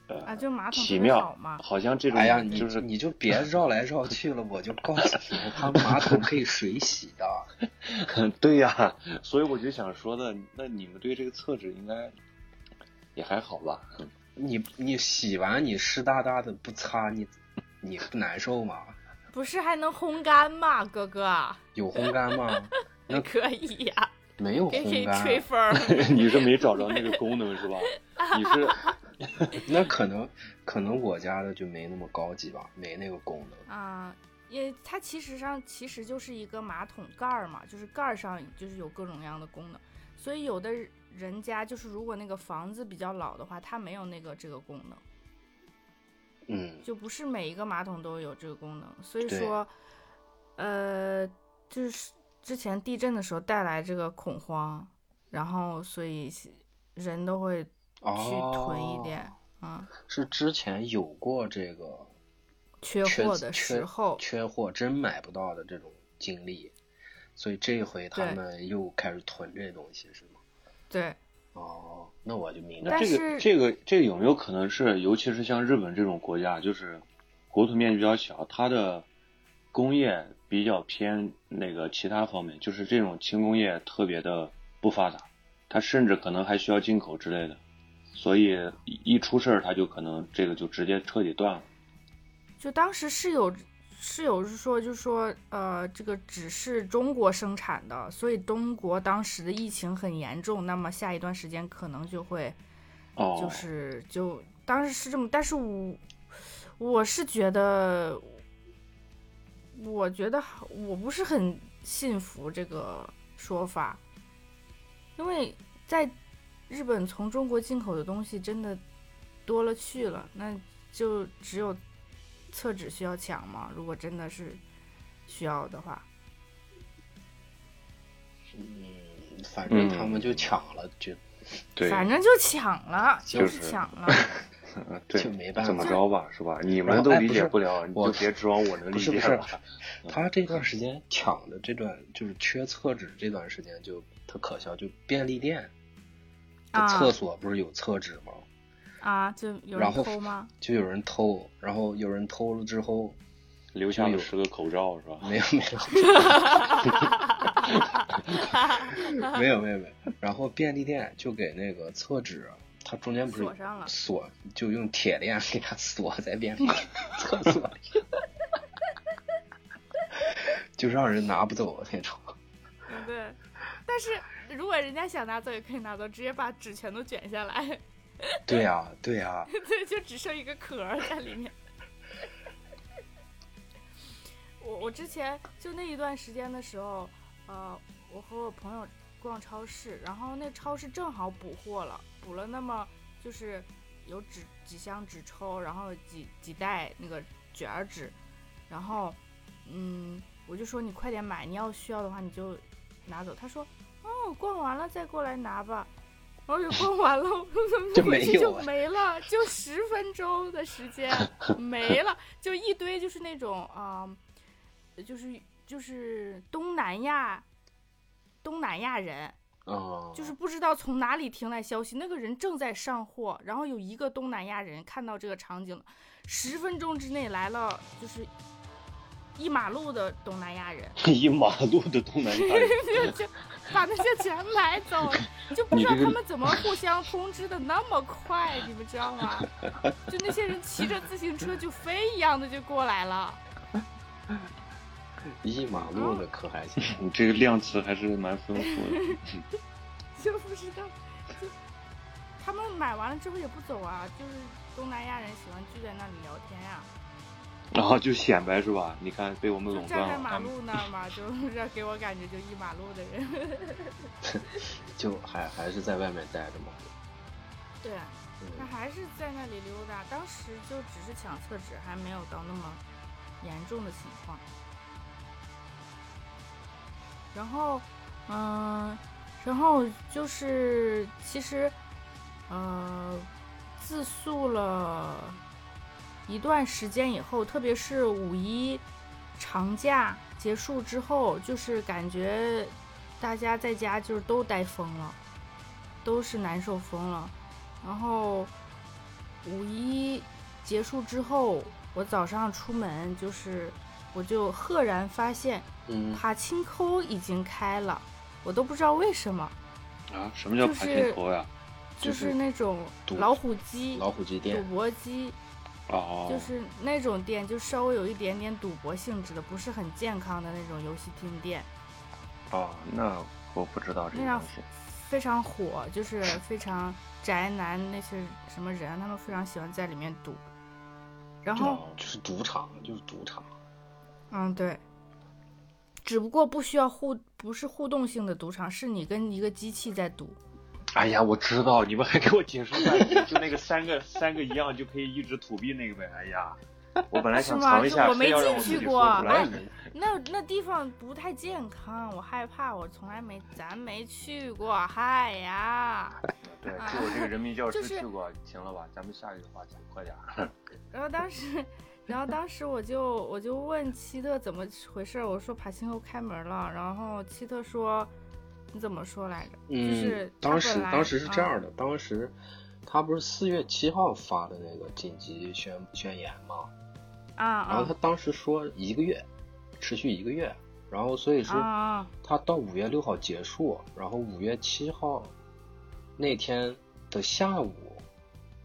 呃、啊，就马桶奇特别好妙嘛，，好像这种哎呀，你就是你就别绕来绕去了，我就告诉你， 他马桶可以水洗的。对呀、所以我就想说的，那你们对这个厕纸应该也还好吧？ 你你洗完你湿哒哒的不擦，你你不难受吗？不是还能烘干吗？哥哥，有烘干 吗？那可以呀、没有给可以烘干，啊吹风 儿。你是没找着那个功能是吧？ 你是那可能可能我家的就没那么高级吧，没那个功能。啊、也它其实上其实就是一个马桶盖儿嘛，就是盖儿上就是有各种各样的功能，所以有的人家就是如果那个房子比较老的话，它没有那个这个功能，嗯，就不是每一个马桶都有这个功能，所以对说，呃，就是之前地震的时候带来这个恐慌，然后所以人都会去囤一点哦，啊、是之前有过这个缺缺货的时候，缺货真买不到的这种经历，所以这回他对们又开始囤这东西是吗？对，哦，那我就明白那但了。这是个这个这个有没有可能是，尤其是像日本这种国家，就是国土面积比较小，它的工业比较偏那个其他方面，就是这种轻工业特别的不发达，它甚至可能还需要进口之类的，所以一一出事儿，它就可能这个就直接彻底断了。就当时是有是有是说，就说呃，这个纸是中国生产的，所以中国当时的疫情很严重，那么下一段时间可能就会哦，就是就当时是这么，但是我我是觉得，我觉得我不是很信服这个说法，因为在日本从中国进口的东西真的多了去了，那就只有厕纸需要抢嘛，如果真的是需要的话，嗯，反正他们就抢了，嗯就对，反正就抢了，就就是是抢 了。嗯对，呃就没办法怎么着吧，是吧？你然们后都哎理不解是不了，你我就别指望我能理不是解不是了。， 他这段时间抢的这段就是缺厕纸这段时间就特可笑，就便利店的啊厕所不是有厕纸吗？啊，就有然人后偷吗？就有人偷，然后有人偷了之后，留下就了有十个口罩是吧？ 没 有没有，没有没有没有，然后便利店就给那个厕纸，它中间不是锁上了 锁就用铁链给它锁在便利店厕所里，就让人拿不走的那种。 对，但是如果人家想拿走也可以拿走，直接把纸全都卷下来， 对呀、对呀、对，就只剩一个壳儿在里面。我我之前就那一段时间的时候，呃，我和我朋友逛超市，然后那超市正好补货了，补了那么就是有纸几箱纸抽，然后几几袋那个卷儿纸，然后嗯，我就说你快点买，你要需要的话你就拿走。他说哦，逛完了再过来拿吧。然后就逛完了，我说就没回去就有啊了没了，就十分钟的时 间没了，就一堆就是那种啊、就是就是东南亚东南亚人，嗯，就是不知道从哪里听来消息，那个人正在上货，然后有一个东南亚人看到这个场景了，十分钟之内来了就是一马路的东南亚人，一马路的东南 亚人，就就把那些全买走了，就不知道他们怎么互相通知的那么快，你们知道吗？就那些人骑着自行车就飞一样的就过来了，一马啊路的可还行。你这个量词还是蛮丰富的。 就不知道就他们买完了之后也不走啊，就是东南亚人喜欢聚在那里聊天啊呀、然后就显摆是吧？你看被我们就垄断站在了。马他们路那儿嘛，就是 给我感觉就一马路的人。就还还是在外面待着嘛。对，那嗯，还是在那里溜达。当时就只是抢厕纸，还没有到那么严重的情况。然后，嗯、然后就是其实，呃，自宿了一段时间以后，特别是五一长假结束之后，就是感觉大家在家就是都待疯了，都是难受疯了。然后五一结束之后，我早上出门就是，我就赫然发现嗯，爬青抠已经开了，我都不知道为什么，啊，什么叫爬青头呀？就就是是那种赌老虎机、老虎机赌店，博机，哦，就是那种店，就稍微有一点点赌博性质的，不是很健康的那种游戏厅店，哦，那我不知道这那个样东西。非常火，就是非常宅男那些什么人，啊他们非常喜欢在里面赌，然哦后。就是赌场，就是赌场。嗯，对。只不过不需要互，不是互动性的赌场，是你跟一个机器在赌。哎呀，我知道，你们还给我解释半 天，就那个三个三个一样就可以一直土币那个呗。哎 呀，我本来想是吗藏一下，就我没非要让进自己去说过出来哎。那那地方不太健康，我害怕，我从来没，咱没去过，嗨呀。对，就我这个人民教啊就师是去过，行了吧？咱们下一个话题，快点儿。 然后当时， 然后当时我就我就问希特怎么回事儿，我说爬行后开门了，然后希特说，你怎么说来着？就是嗯，他当本时来当时是这样嗯的，当时他不是四月七号发的那个紧急宣宣言吗？啊然后他啊当时说一个月，持续一个月，然后所以啊说啊！他到五月六号结束，然后五月七号那天的下午，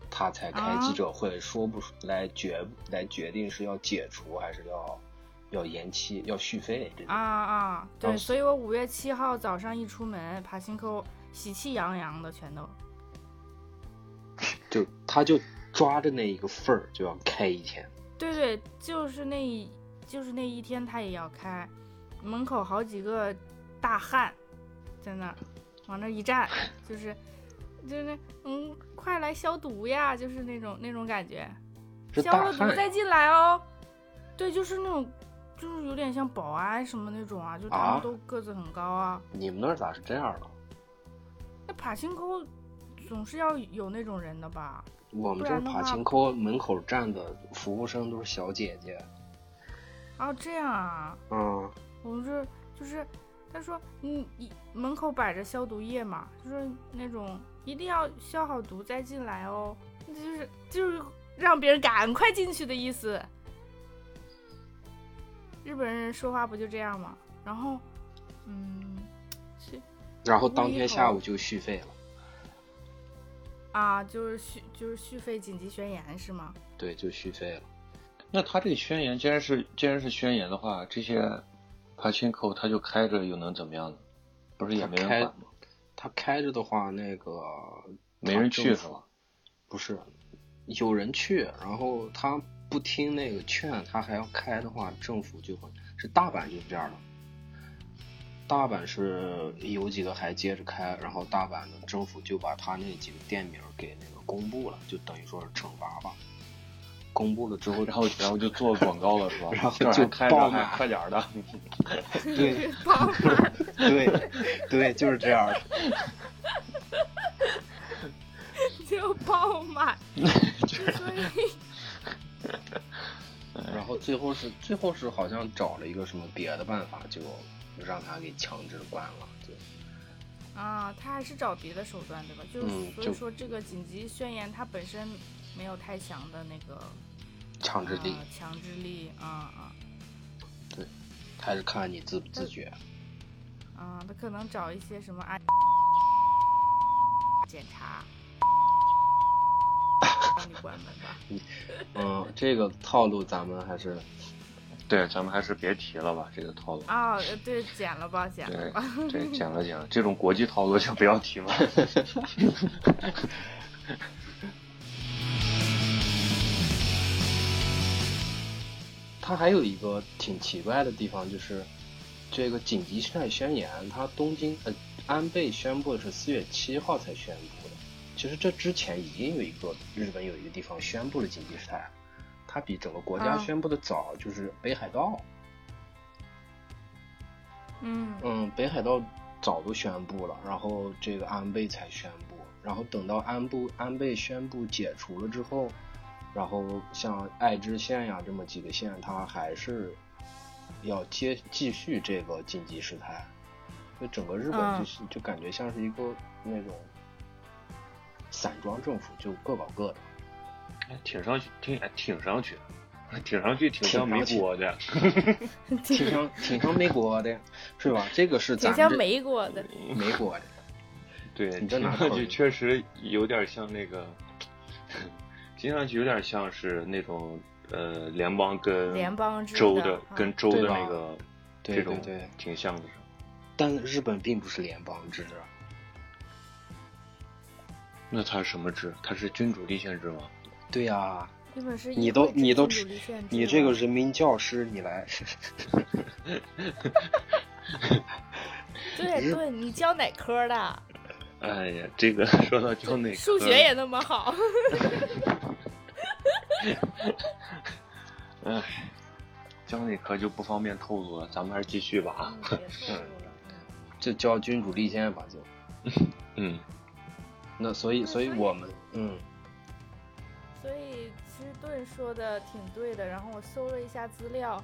他才开记者会，说不出来决来决定是要解除还是要要延期要续费这种啊。啊！对，当时所以我五月七号早上一出门，爬行沟喜气洋洋的，全都就他就抓着那一个缝儿就要开一天，对对，就是那一就是那一天他也要开，门口好几个大汉在那儿往那儿一站，就是就是那嗯，快来消毒呀，就是那种那种感觉，是消大了毒汉再进来哦。对，就是那种。就是有点像保安什么那种啊，就他啊们都个子很高啊。你们那儿咋是这样的？那爬行沟总是要有那种人的吧？我们这儿不然的话爬青沟门口站的服务生都是小姐姐，哦，这样啊，嗯，我们这就是，他说你你门口摆着消毒液嘛，就是那种一定要消好毒再进来哦，就是就是让别人赶快进去的意思。日本人说话不就这样吗？然后，嗯，是然后当天下午就续费了，啊，就是续就是续费紧急宣言是吗？ 对，就续费了。那他这个宣言，既然是既然是宣言的话，这些帕辛口它就开着又能怎么样呢？不是也没人它开管吗？它开着的话，那个没人去政是府吧？不是有人去，然后他不听那个劝，他还要开的话，政府就会是大阪就是这样的。大阪是有几个还接着开，然后大阪的政府就把他那几个店名儿给那个公布了，就等于说是惩罚吧。公布了之后，然后然后就做广告了是 吧？然后这儿还就开爆着满还快点 儿的，对爆满，对对，就是这样的。就爆满，所以然后最后是最后是好像找了一个什么别的办法，就让他给强制关了。对，啊，他还是找别的手段，对吧？就是、嗯所以就说这个紧急宣言它本身没有太强的那个强制力呃、强制力啊啊还是看你自不自觉。啊，他可能找一些什么啊检查，帮你关门吧。嗯，这个套路咱们还是对，咱们还是别提了吧，这个套路。啊、呃对，剪了吧，剪了对吧。 对，讲了讲了，这种国际套路就不要 提了。它还有一个挺奇怪的地方，就是这个紧急事态宣言，它东京呃安倍宣布的是四月七号才宣布的。其实这之前已经有一个日本有一个地方宣布了紧急事态，它比整个国家啊宣布的早，就是北海道。嗯嗯，北海道早都宣布了，然后这个安倍才宣布，然后等到安布安倍宣布解除了之后，然后像爱知县呀这么几个县，它还是要接继续这个紧急事态，就整个日本嗯就是、就感觉像是一个那种散装政府，就各搞各的。哎挺上去，挺哎挺上去，挺上去，挺像挺美上去国的。挺像挺像美国的，是吧？这个是咱们挺像这美国的，美国的，对，你这哪听上口去音确实有点像那个，听上去有点像是那种呃联邦跟联邦制州的啊跟州的对吧那个对这种对对挺像的。但日本并不是联邦制。啊那它是什么制？它是君主立宪制吗？对呀、日本是你议都会制你都君吃主立宪制你的这个人民教师，你来，对对，你教哪科的？哎呀，这个 说到教哪科，数学也那么 好，哎，教哪科就不方便透露了，咱们还是继续吧嗯啊。就教君主立宪吧，就嗯，那所以对所以所以我们嗯所以其实盾说的挺对的。然后我搜了一下资料，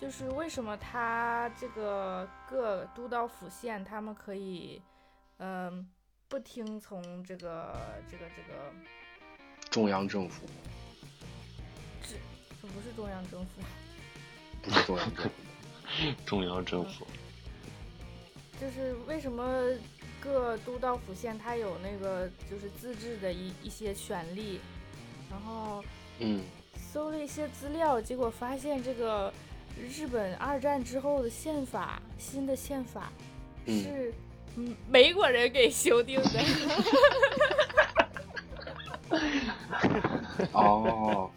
就是为什么他这个各都道府县他们可以，嗯、不听从这个这个这个，中央政府这不是中央政府，不是中央政府，中央政府，就是为什么各都道府县它有那个就是自治的一一些权利，然后嗯搜了一些资料，结果发现这个日本二战之后的宪法，新的宪法嗯是嗯美国人给修订的， 哦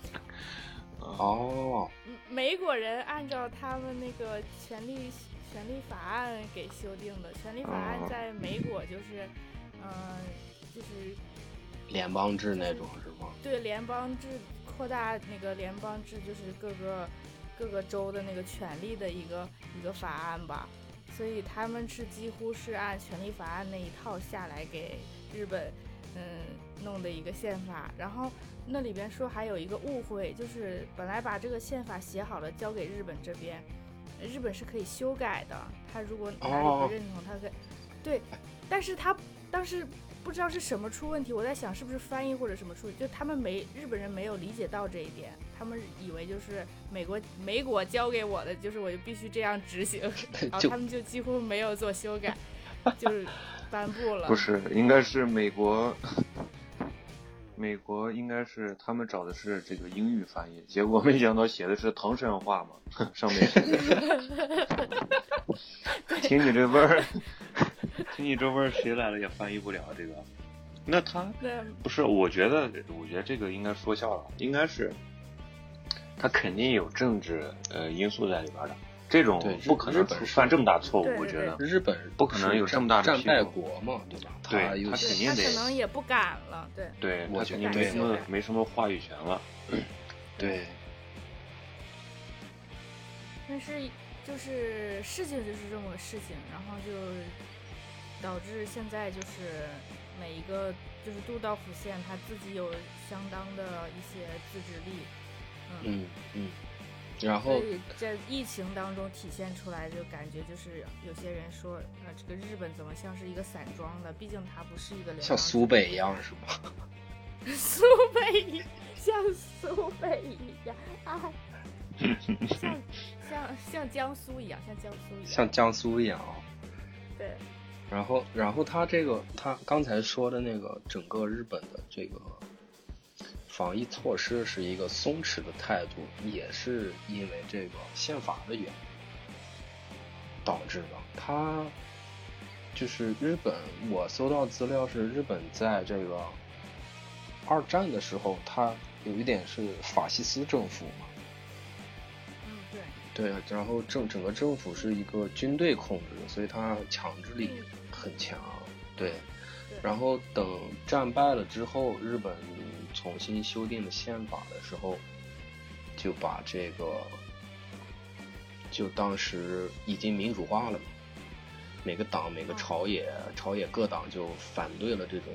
哦嗯美国人按照他们那个权利权利法案给修订的，权利法案哦在美国就是嗯、呃就是联邦制那种是吗？对联邦制扩大那个联邦制，就是各个各个州的那个权利的一个一个法案吧。所以他们是几乎是按权利法案那一套下来给日本，嗯，弄的一个宪法。然后那里边说还有一个误会，就是本来把这个宪法写好了交给日本这边，日本是可以修改的。他如果哪里哦不认同，他可以对，但是他当时不知道是什么出问题，我在想是不是翻译或者什么出，就他们没日本人没有理解到这一点，他们以为就是美国美国教给我的，就是我就必须这样执行，然后就哦他们就几乎没有做修改，就是颁布了。不是，应该是美国美国应该是他们找的是这个英语翻译，结果没想到写的是唐山话嘛，上面。 听你这味儿， 听你这味儿，谁来了也翻译不了这个。那他对，不是，我觉得，我觉得这个应该说笑了，应该是，他肯定有政治呃因素在里边的，这种对不可日能本是犯这么大错误对，对我觉得。日本不可能有这么大的战批败评国嘛，对吧？对他有他肯些定他得可能也不敢了，对，对我他觉肯得定没什么对没什么话语权了。对但是就是事情就是这么个事情，然后就导致现在就是每一个就是都道府县他自己有相当的一些自制力，嗯嗯，然所后以在疫情当中体现出来，就感觉就是有些人说，呃，这个日本怎么像是一个散装的？毕竟它不是一个流像浪苏北一样是吧？ 苏北一，像苏北一样， 啊，像像像江苏一样，像江苏一样，像江苏一样啊。对。然后，然后他这个他刚才说的那个整个日本的这个防疫措施是一个松弛的态度，也是因为这个宪法的原因导致的。他就是日本，我搜到资料是日本在这个二战的时候，他有一点是法西斯政府嘛，嗯，对，对，啊然后政整个政府是一个军队控制的，所以它强制力很强。对，然后等战败了之后，日本重新修订了宪法的时候，就把这个就当时已经民主化了嘛，每个党每个朝野朝野各党就反对了这种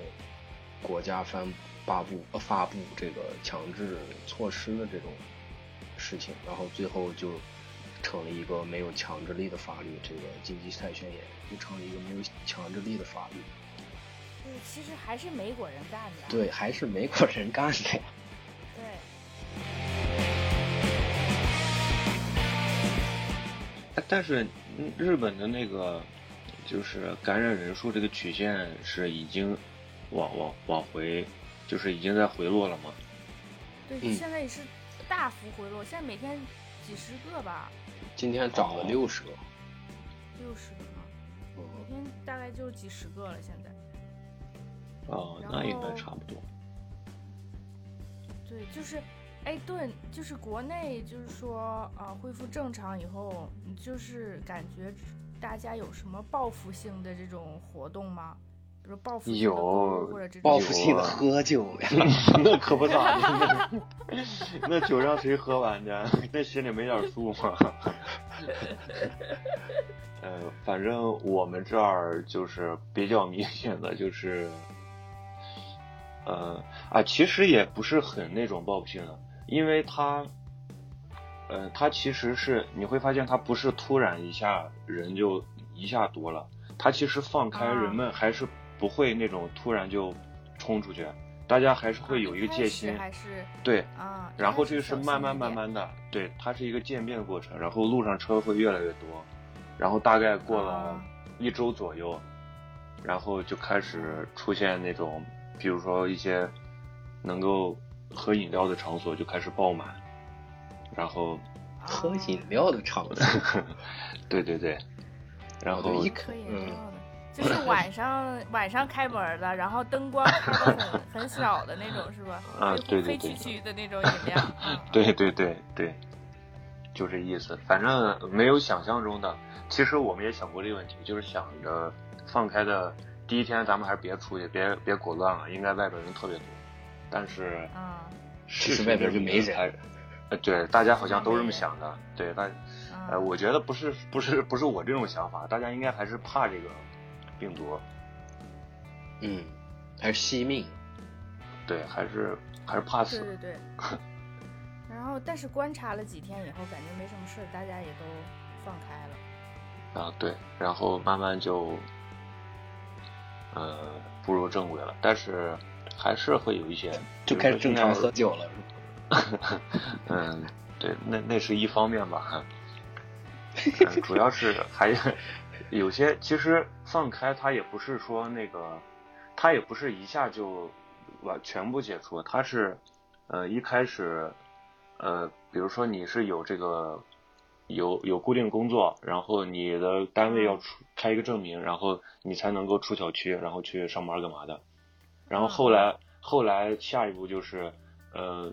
国家翻发布呃发布这个强制措施的这种事情，然后最后就成了一个没有强制力的法律，这个《经济态宣言》就成了一个没有强制力的法律。就是其实还是美国人干的，对，还是美国人干的呀。对，但但是嗯日本的那个就是感染人数这个曲线是已经往往往回，就是已经在回落了嘛。对，嗯现在也是大幅回落，现在每天几十个吧，今天涨了六十个，六十个嘛，每嗯，天大概就几十个了。现在，哦，嗯然后那应该差不多。对，就是，哎，对，就是国内就是说，呃，恢复正常以后，你就是感觉大家有什么报复性的这种活动吗？比如报复性的购物有或者这种报复性的有啊喝酒呀。那可不咋的，那酒让谁喝完呢？那心里没点数吗？呃，反正我们这儿就是比较明显的就是，呃啊，其实也不是很那种报复性的，因为它，呃，它其实是你会发现它不是突然一下人就一下多了，它其实放开啊人们还是不会那种突然就冲出去，大家还是啊会有一个戒心，嗯还是对，啊，一然后开这个始小是慢心一慢慢点嗯慢的，对，它是一个渐变的过程，然后路上车会越来越多，然后大概过了啊一周左右，然后就开始出现那种，比如说一些能够喝饮料的场所就开始爆满，然后，啊喝饮料的场 所，对对对，然哦我都后一可口以嗯知道的，就是晚上晚上开门的，然后灯光开的很很小的那种，是吧？ 啊黑对对黑黢对黢的那种饮料。嗯对对对对，就这意思。反正没有想象中的。其实我们也想过这个问题，就是想着放开的第一天，咱们还是别出去，别别裹乱了，应该外边人特别多。但是啊事实实外边就没人还是。呃，对，大家好像都这么想的。对，但啊呃，！我觉得不是不是不是我这种想法，大家应该还是怕这个病毒。嗯，还是惜命。对，还是还是对怕死。对对。然后，但是观察了几天以后，感觉没什么事儿，大家也都放开了。啊，对，然后慢慢就，呃，步入正轨了，但是还是会有一些，就比如开始说正现常在喝酒了，是吧？嗯，对，那那是一方面吧，嗯、主要是还有些其实放开它也不是说那个，它也不是一下就完全部解除，它是呃一开始呃，比如说你是有这个有有固定工作，然后你的单位要出开一个证明，然后你才能够出小区，然后去上班干嘛的。然后后来后来下一步就是呃，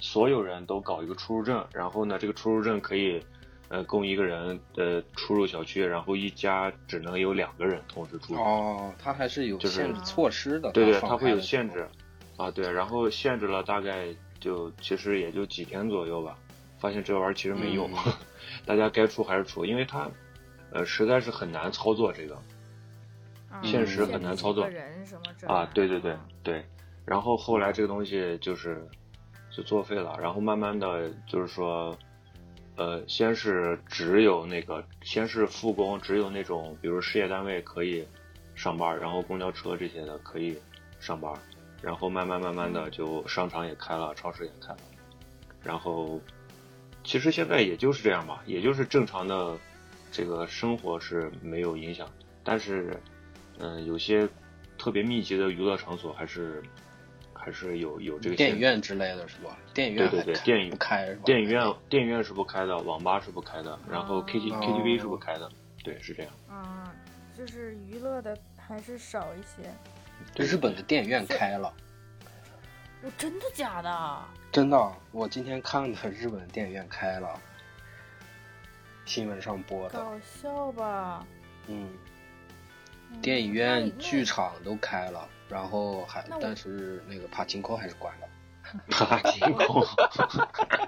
所有人都搞一个出入证，然后呢，这个出入证可以。呃，供一个人呃出入小区，然后一家只能有两个人同时出入。哦，它还是有就是限制措施的，对对，放它会开有的时限候制，啊，对，然后限制了大概就其实也就几天左右吧，发现这玩意儿其实没用，嗯 大家该出还是出，因为它呃实在是很难操作这个嗯啊现实限很制难几操个作人什么之类啊的，对对对对，然后后来这个东西就是就作废了，然后慢慢的就是说。呃，先是只有那个，先是复工，只有那种，比如事业单位可以上班，然后公交车这些的可以上班，然后慢慢慢慢的就商场也开了，超市也开了，然后其实现在也就是这样吧，也就是正常的这个生活是没有影响，但是嗯、呃有些特别密集的娱乐场所还是还是有有这个电限影制院之类的是吧？电影对院对还对开电影不开是吧？电影院电影院是不开的，网吧是不开的，然后哦 K T K T V 是不开的，对，是 这样。啊，就是娱乐的还是少一些。对日本的电影院开了，我哦真的假的？真的，啊我今天看的日本电影院开了，新闻上播的，搞笑吧？嗯，嗯电影那院、那剧场都开了，然后还那我但是那个帕金扣还是关了。帕金空，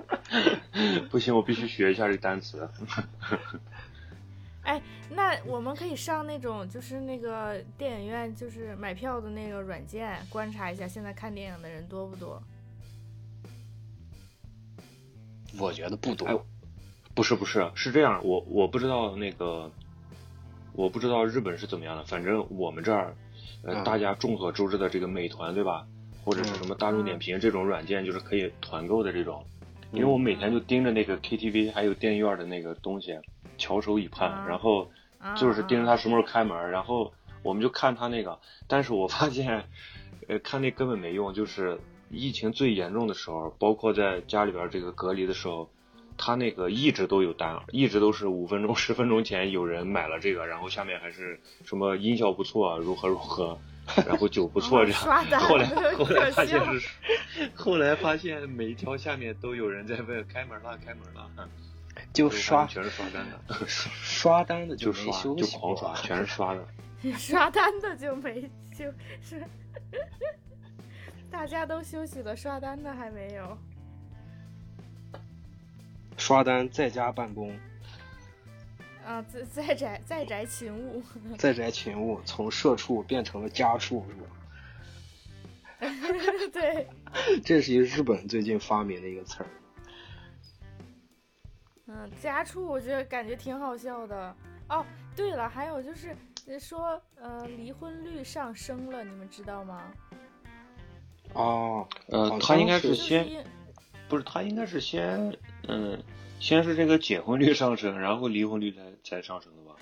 不行，我必须学一下这单词。那我们可以上那种就是那个电影院，就是买票的那个软件，观察一下现在看电影的人多不多。我觉得不多，哎不是不是，是这样，我我不知道那个，我不知道日本是怎么样的，反正我们这儿，呃，嗯大家众所周知的这个美团对吧，或者是什么大众点嗯评这种软件，就是可以团购的这种。因为我每天就盯着那个 KTV 还有电影院的那个东西，翘首以盼，啊然后啊就是盯着他什么时候开门，然后我们就看他那个。但是我发现，呃，看那根本没用。就是疫情最严重的时候，包括在家里边这个隔离的时候，他那个一直都有单，一直都是五分钟、 十分钟前有人买了这个，然后下面还是什么音效不错，啊如何如何，然后酒不错 这样。刷单，后来后来发啊可现笑。是， 后来发现每一条下面都有人在问开门了，开门了，就刷全是刷单的，刷单的就没刷休就息狂过刷，全是刷的。刷单的就没就是，大家都休息了，刷单的还没有。刷单，在家办公，啊，在在宅在宅勤务， 在宅勤务，从社畜变成了家畜，是吧？对，这是一个日本最近发明的一个词儿。嗯，家畜我觉得感觉挺好笑的。哦，对了，还有就是呃说，呃，离婚率上升了，你们知道吗？哦， 呃好，他像应该是是就是先因不是，他应该是先，嗯，先是这个结婚率上升，然后离婚率才才上升的吧？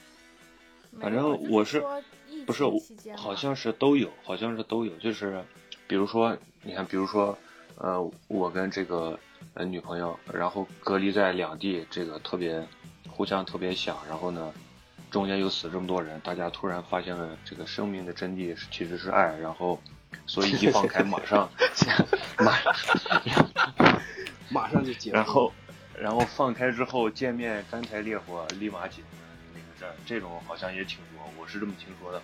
没反有正就我是是说疫不是情我期间好嘛像是都有，好像是都有，就是比如说，你看，比如说，呃，我跟这个呃女朋友，然后隔离在两地，这个特别互相特别想，然后呢，中间又死这么多人，大家突然发现了这个生命的真谛是其实是爱，然后所以一放开，马上马上。马上就结婚。然后，然后放开之后见面干柴烈火，立马结婚，那个事儿，这种好像也挺多，我是这么听说的，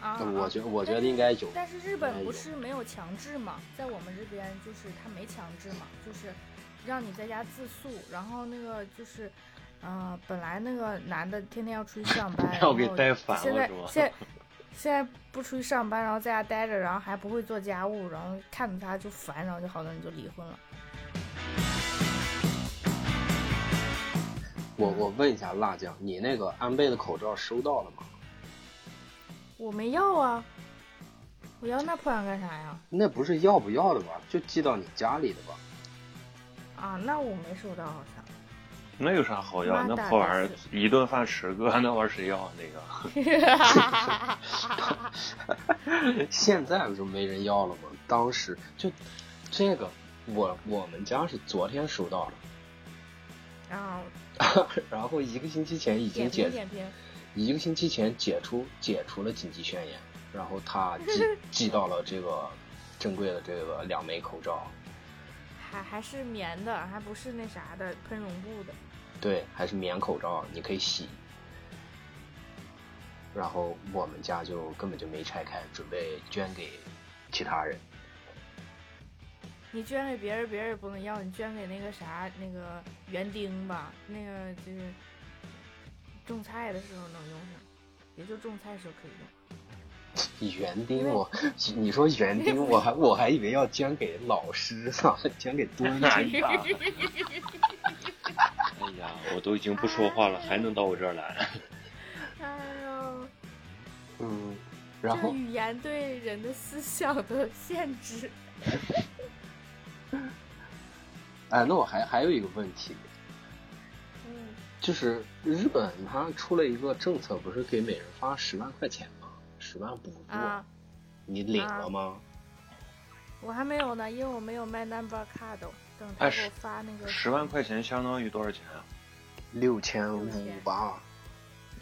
反啊，正。，我觉我我觉得应该有，但是日应该本不有是没有强制嘛，在我们这边就是他没强制嘛，就是让你在家自诉，然后那个就是。呃，本来那个男的天天要出去上班 让我给然后带反了现在是吧现在现在不出去上班，然后在家待着，然后还不会做家务，然后看着他就烦，然后就好多人就离婚了。我我问一下辣酱，你那个安倍的口罩收到了吗？我没要啊，我要那破玩意儿干啥呀？那不是要不要的吧？就寄到你家里 的吧。啊，那我没收到好像。那有啥好要？妈那蛋破玩意儿真一 顿饭十个，那玩意儿谁要啊那个？现在不是没人要了吗？当时就这个，我我们家是昨天收到的，然后然后一个星期前已经解点评点评，一个星期前解除解除了紧急宣言，然后他寄寄 到了这个珍贵的这个两枚口罩，还还是棉的，还不是那啥的喷绒布的。对，还是棉口罩，你可以洗。然后我们家就根本就没拆开，准备捐给其他人。你捐给别人，别人也不能要，你捐给那个啥那个园丁吧，那个就是种菜的时候能用上，也就种菜时候可以用。园丁因为我，你说园丁，我还我还以为要捐给老师 呢，捐给 多哎年。呀，哎呀，我都已经不说话了，还能到我这儿来？哎呦，嗯，然这后语言对人的思想的限制。哎，那我还还有一个问题，嗯，就是日本它出了一个政策，不是给每人发十万块钱吗？十万补助，啊，你领啊了吗？我还没有呢，因为我没有卖 number card，等他哎给是我发那个 十万块钱相当于多少钱啊？六千六五千吧，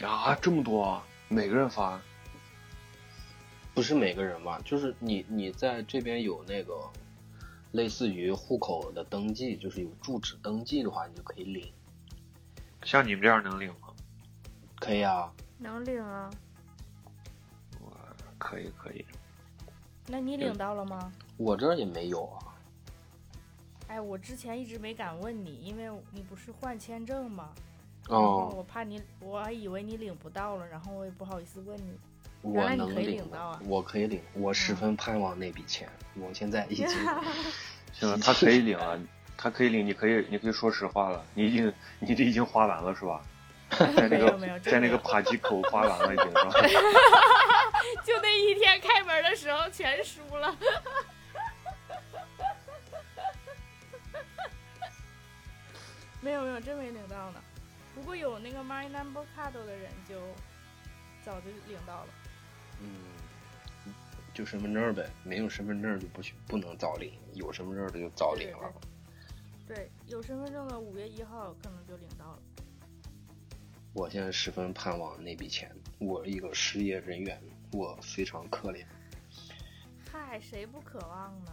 啊，这么多啊！每个人发，不是每个人吧？就是你你在这边有那个类似于户口的登记，就是有住址登记的话，你就可以领。像你们这样能领吗？可以啊，能领啊？我可以可以，那你嗯领到了吗？我这儿也没有啊。哎，我之前一直没敢问你，因为你不是换签证吗？然后哦，我怕你，我还以为你领不到了，然后我也不好意思问你。 原我来你能可以领领到啊嗯我可以领，我十分盼望那笔钱。我现在已经 行 了，他可以领啊，他可以领，你可以你可以说实话了，你已经你这已经花完了是 吧？在那没有没有个真在没那个有扒鸡口花完了已经是吧？就那一天开门的时候全输了。 没有没有，真没领到呢。不过有那个 My Number Card 的人就早就领到了。嗯，就身份证呗，没有身份证就不许不能早领，有身份证的就早领了。对，有身份证的五月一号可能就领到了。我现在十分盼望那笔钱。我一个失业人员，我非常可怜。嗨，谁不渴望呢？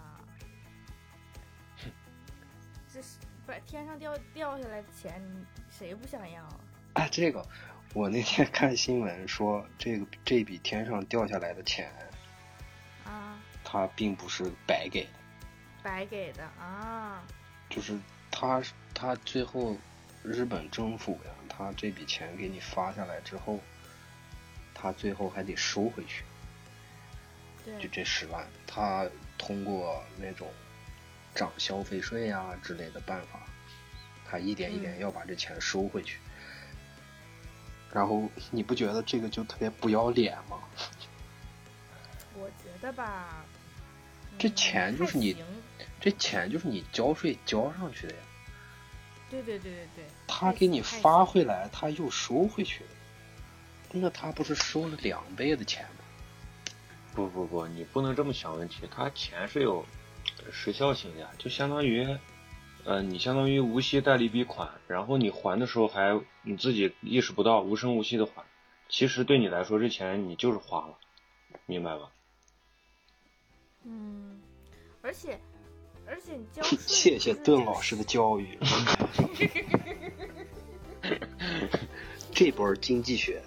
这是不是天上掉掉下来的钱，谁不想要啊？哎，这个我那天看新闻说，这个这笔天上掉下来的钱，啊，它并不是白给的，白给的啊。就是它它最后日本政府呀，它这笔钱给你发下来之后，它最后还得收回去，对就这十万，它通过那种涨消费税呀、之类的办法，它一点一点要把这钱收回去。然后你不觉得这个就特别不要脸吗？我觉得吧，这嗯钱就是还你行这钱就是你交税交上去的呀，对对对对对，他还给你行发，回来，他又收回去，那他不是收了两倍的钱吗？不不不，你不能这么想问题，他钱是有时效性的，就相当于。呃，你相当于无息贷了一笔款，然后你还的时候还你自己意识不到，无声无息的还，其实对你来说这钱你就是花了，明白吧？还行嗯，而且而且你交 税，谢谢就是这邓个老师的教 育，这波经济学，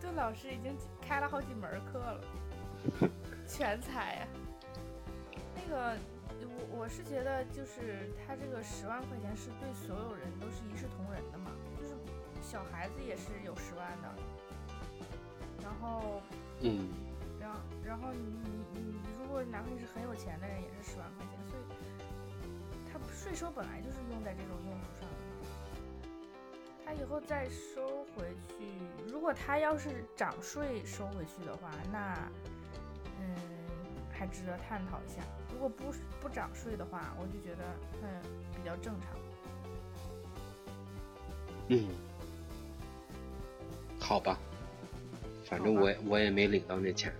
邓老师已经开了好几门课了， 全才呀、那个，我我是觉得，就是他这个十万块钱是对所有人都是一视同仁的嘛，就是小孩子也是有十万的，然后嗯，然后然后你你你如果哪怕你是很有钱的人，也是十万块钱，所以他税收本来就是用在这种用途上的嘛。他以后再收回去，如果他要是涨税收回去的话，那嗯还值得探讨一下。如果不不涨税的话，我就觉得嗯比较正常。嗯，好吧，反正我也我也没领到那钱。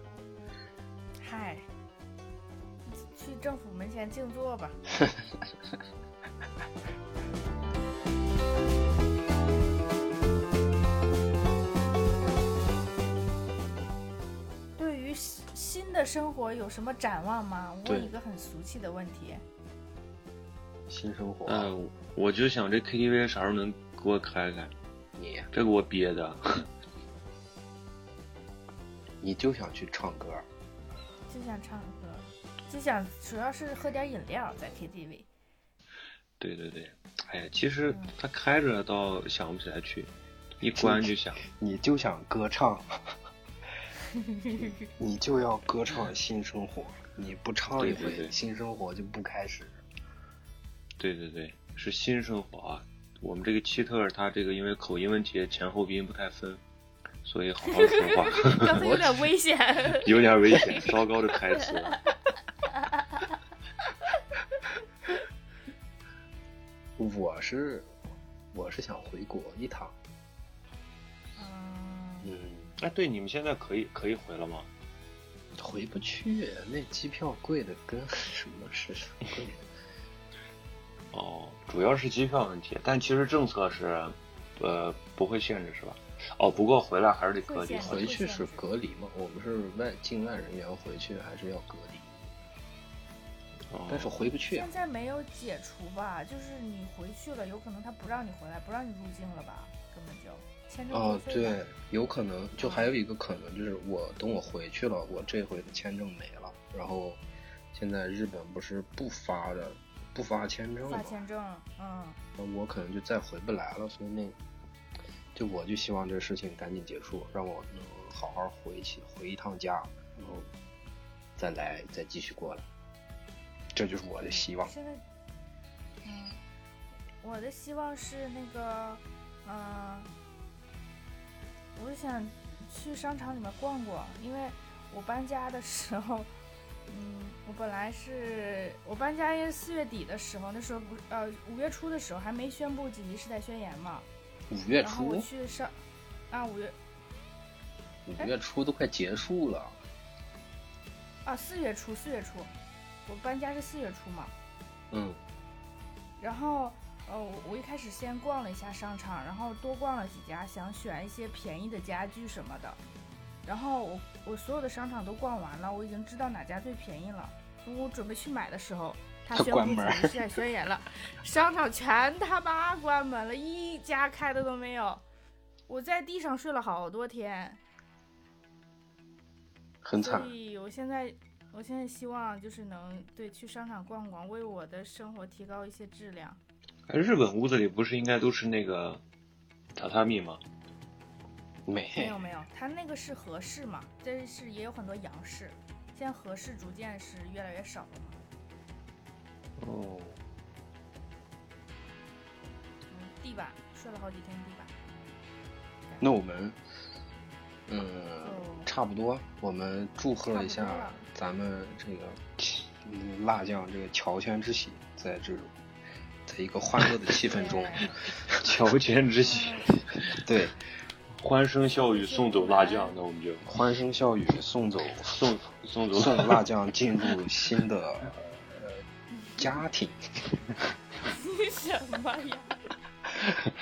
嗨，去政府门前静坐吧。对于新新的生活有什么展望吗？我对问一个很俗气的问题。新生活，嗯，我就想这 KTV 啥时候能给我开开？你这给我憋的， 你就想去唱歌，就想唱歌，就想主要是喝点饮料，在 KTV。对对对，哎呀，其实它开着倒想不起来去，一关就想。你就想歌唱， 你就要歌唱新生活，你不唱一回，对对对新生活就不开始。对对对，是新生活啊。我们这个希特尔他这个因为口音问题前后鼻音不太分，所以好好说话 刚才有点危险，嗯有点危险，糟糕的台词。 我是我是想回国一趟，嗯，嗯，哎，对，你们现在可以可以回了吗？回不去，那机票贵的跟什么似的，贵得哦，主要是机票问题，但其实政策是，呃，不会限制是吧？哦，不过回来还是得隔会离限。回去是隔离嘛，我们是外境外人员回去还是要隔离，哦但是回不去啊现。在没有解除吧？就是你回去了，有可能他不让你回来，不让你入境了吧？根本就签证哦作，废了对，有可能，就还有一个可能就是我等我回去了，我这回的签证没了，然后现在日本不是不发的，不发签证发嘛，签证，嗯，那我可能就再回不来了，所以那，就我就希望这事情赶紧结束，让我能好好回去回一趟家，然后再来再继续过来，这就是我的希望。现在，嗯，我的希望是那个，嗯、我就想去商场里面逛逛，因为我搬家的时候，嗯，我本来是我搬家也是四月底的时候，那时候不是呃五月初的时候还没宣布紧急事态宣言嘛，五月然后我初，去上，啊五月五月初都快结束了，啊四月初四月初，我搬家是四月初嘛，嗯，然后呃，我我一开始先逛了一下商场，然后多逛了几家，想选一些便宜的家具什么的。然后我我所有的商场都逛完了，我已经知道哪家最便宜了。我准备去买的时候，他他宣布关紧门儿急事态宣言了，商场全他妈关门了，一家开的都没有。我在地上睡了好多天，很所惨，以我现在我现在希望就是能对去商场逛逛，为我的生活提高一些质量。哎日本屋子里不是应该都是那个榻榻米吗？没没有没有，它那个是合适嘛，但是也有很多洋式，现在合适逐渐是越来越少了嘛。哦，嗯，地板睡了好几天地板。那我们，嗯，就差不多，我们祝贺一差不多下了咱们这个嗯辣酱这个乔迁之喜，在这种，在一个欢乐的气氛 中，对 乔迁之喜，对，欢声笑语送走辣酱，那我们就欢声笑语送走送送走 送辣酱进入新的呃家庭，你什么呀？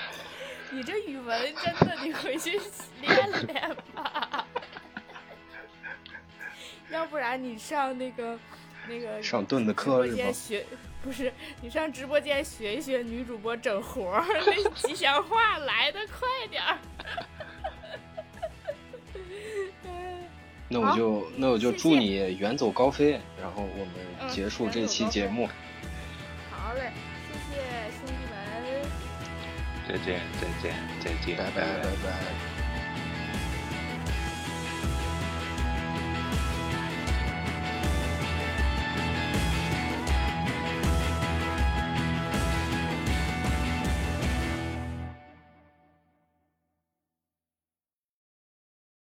你这语文真的，你回去练练吧， 要不然你上那个那个上盾的直课播是间吗？学不是你上直播间学一学女主播整活儿，那吉祥话来的快点儿。那我就那我就谢谢祝你远走高飞，然后我嗯们结束远这走期高节飞目，好嘞，谢谢兄弟们。再见再见再见，拜拜拜拜。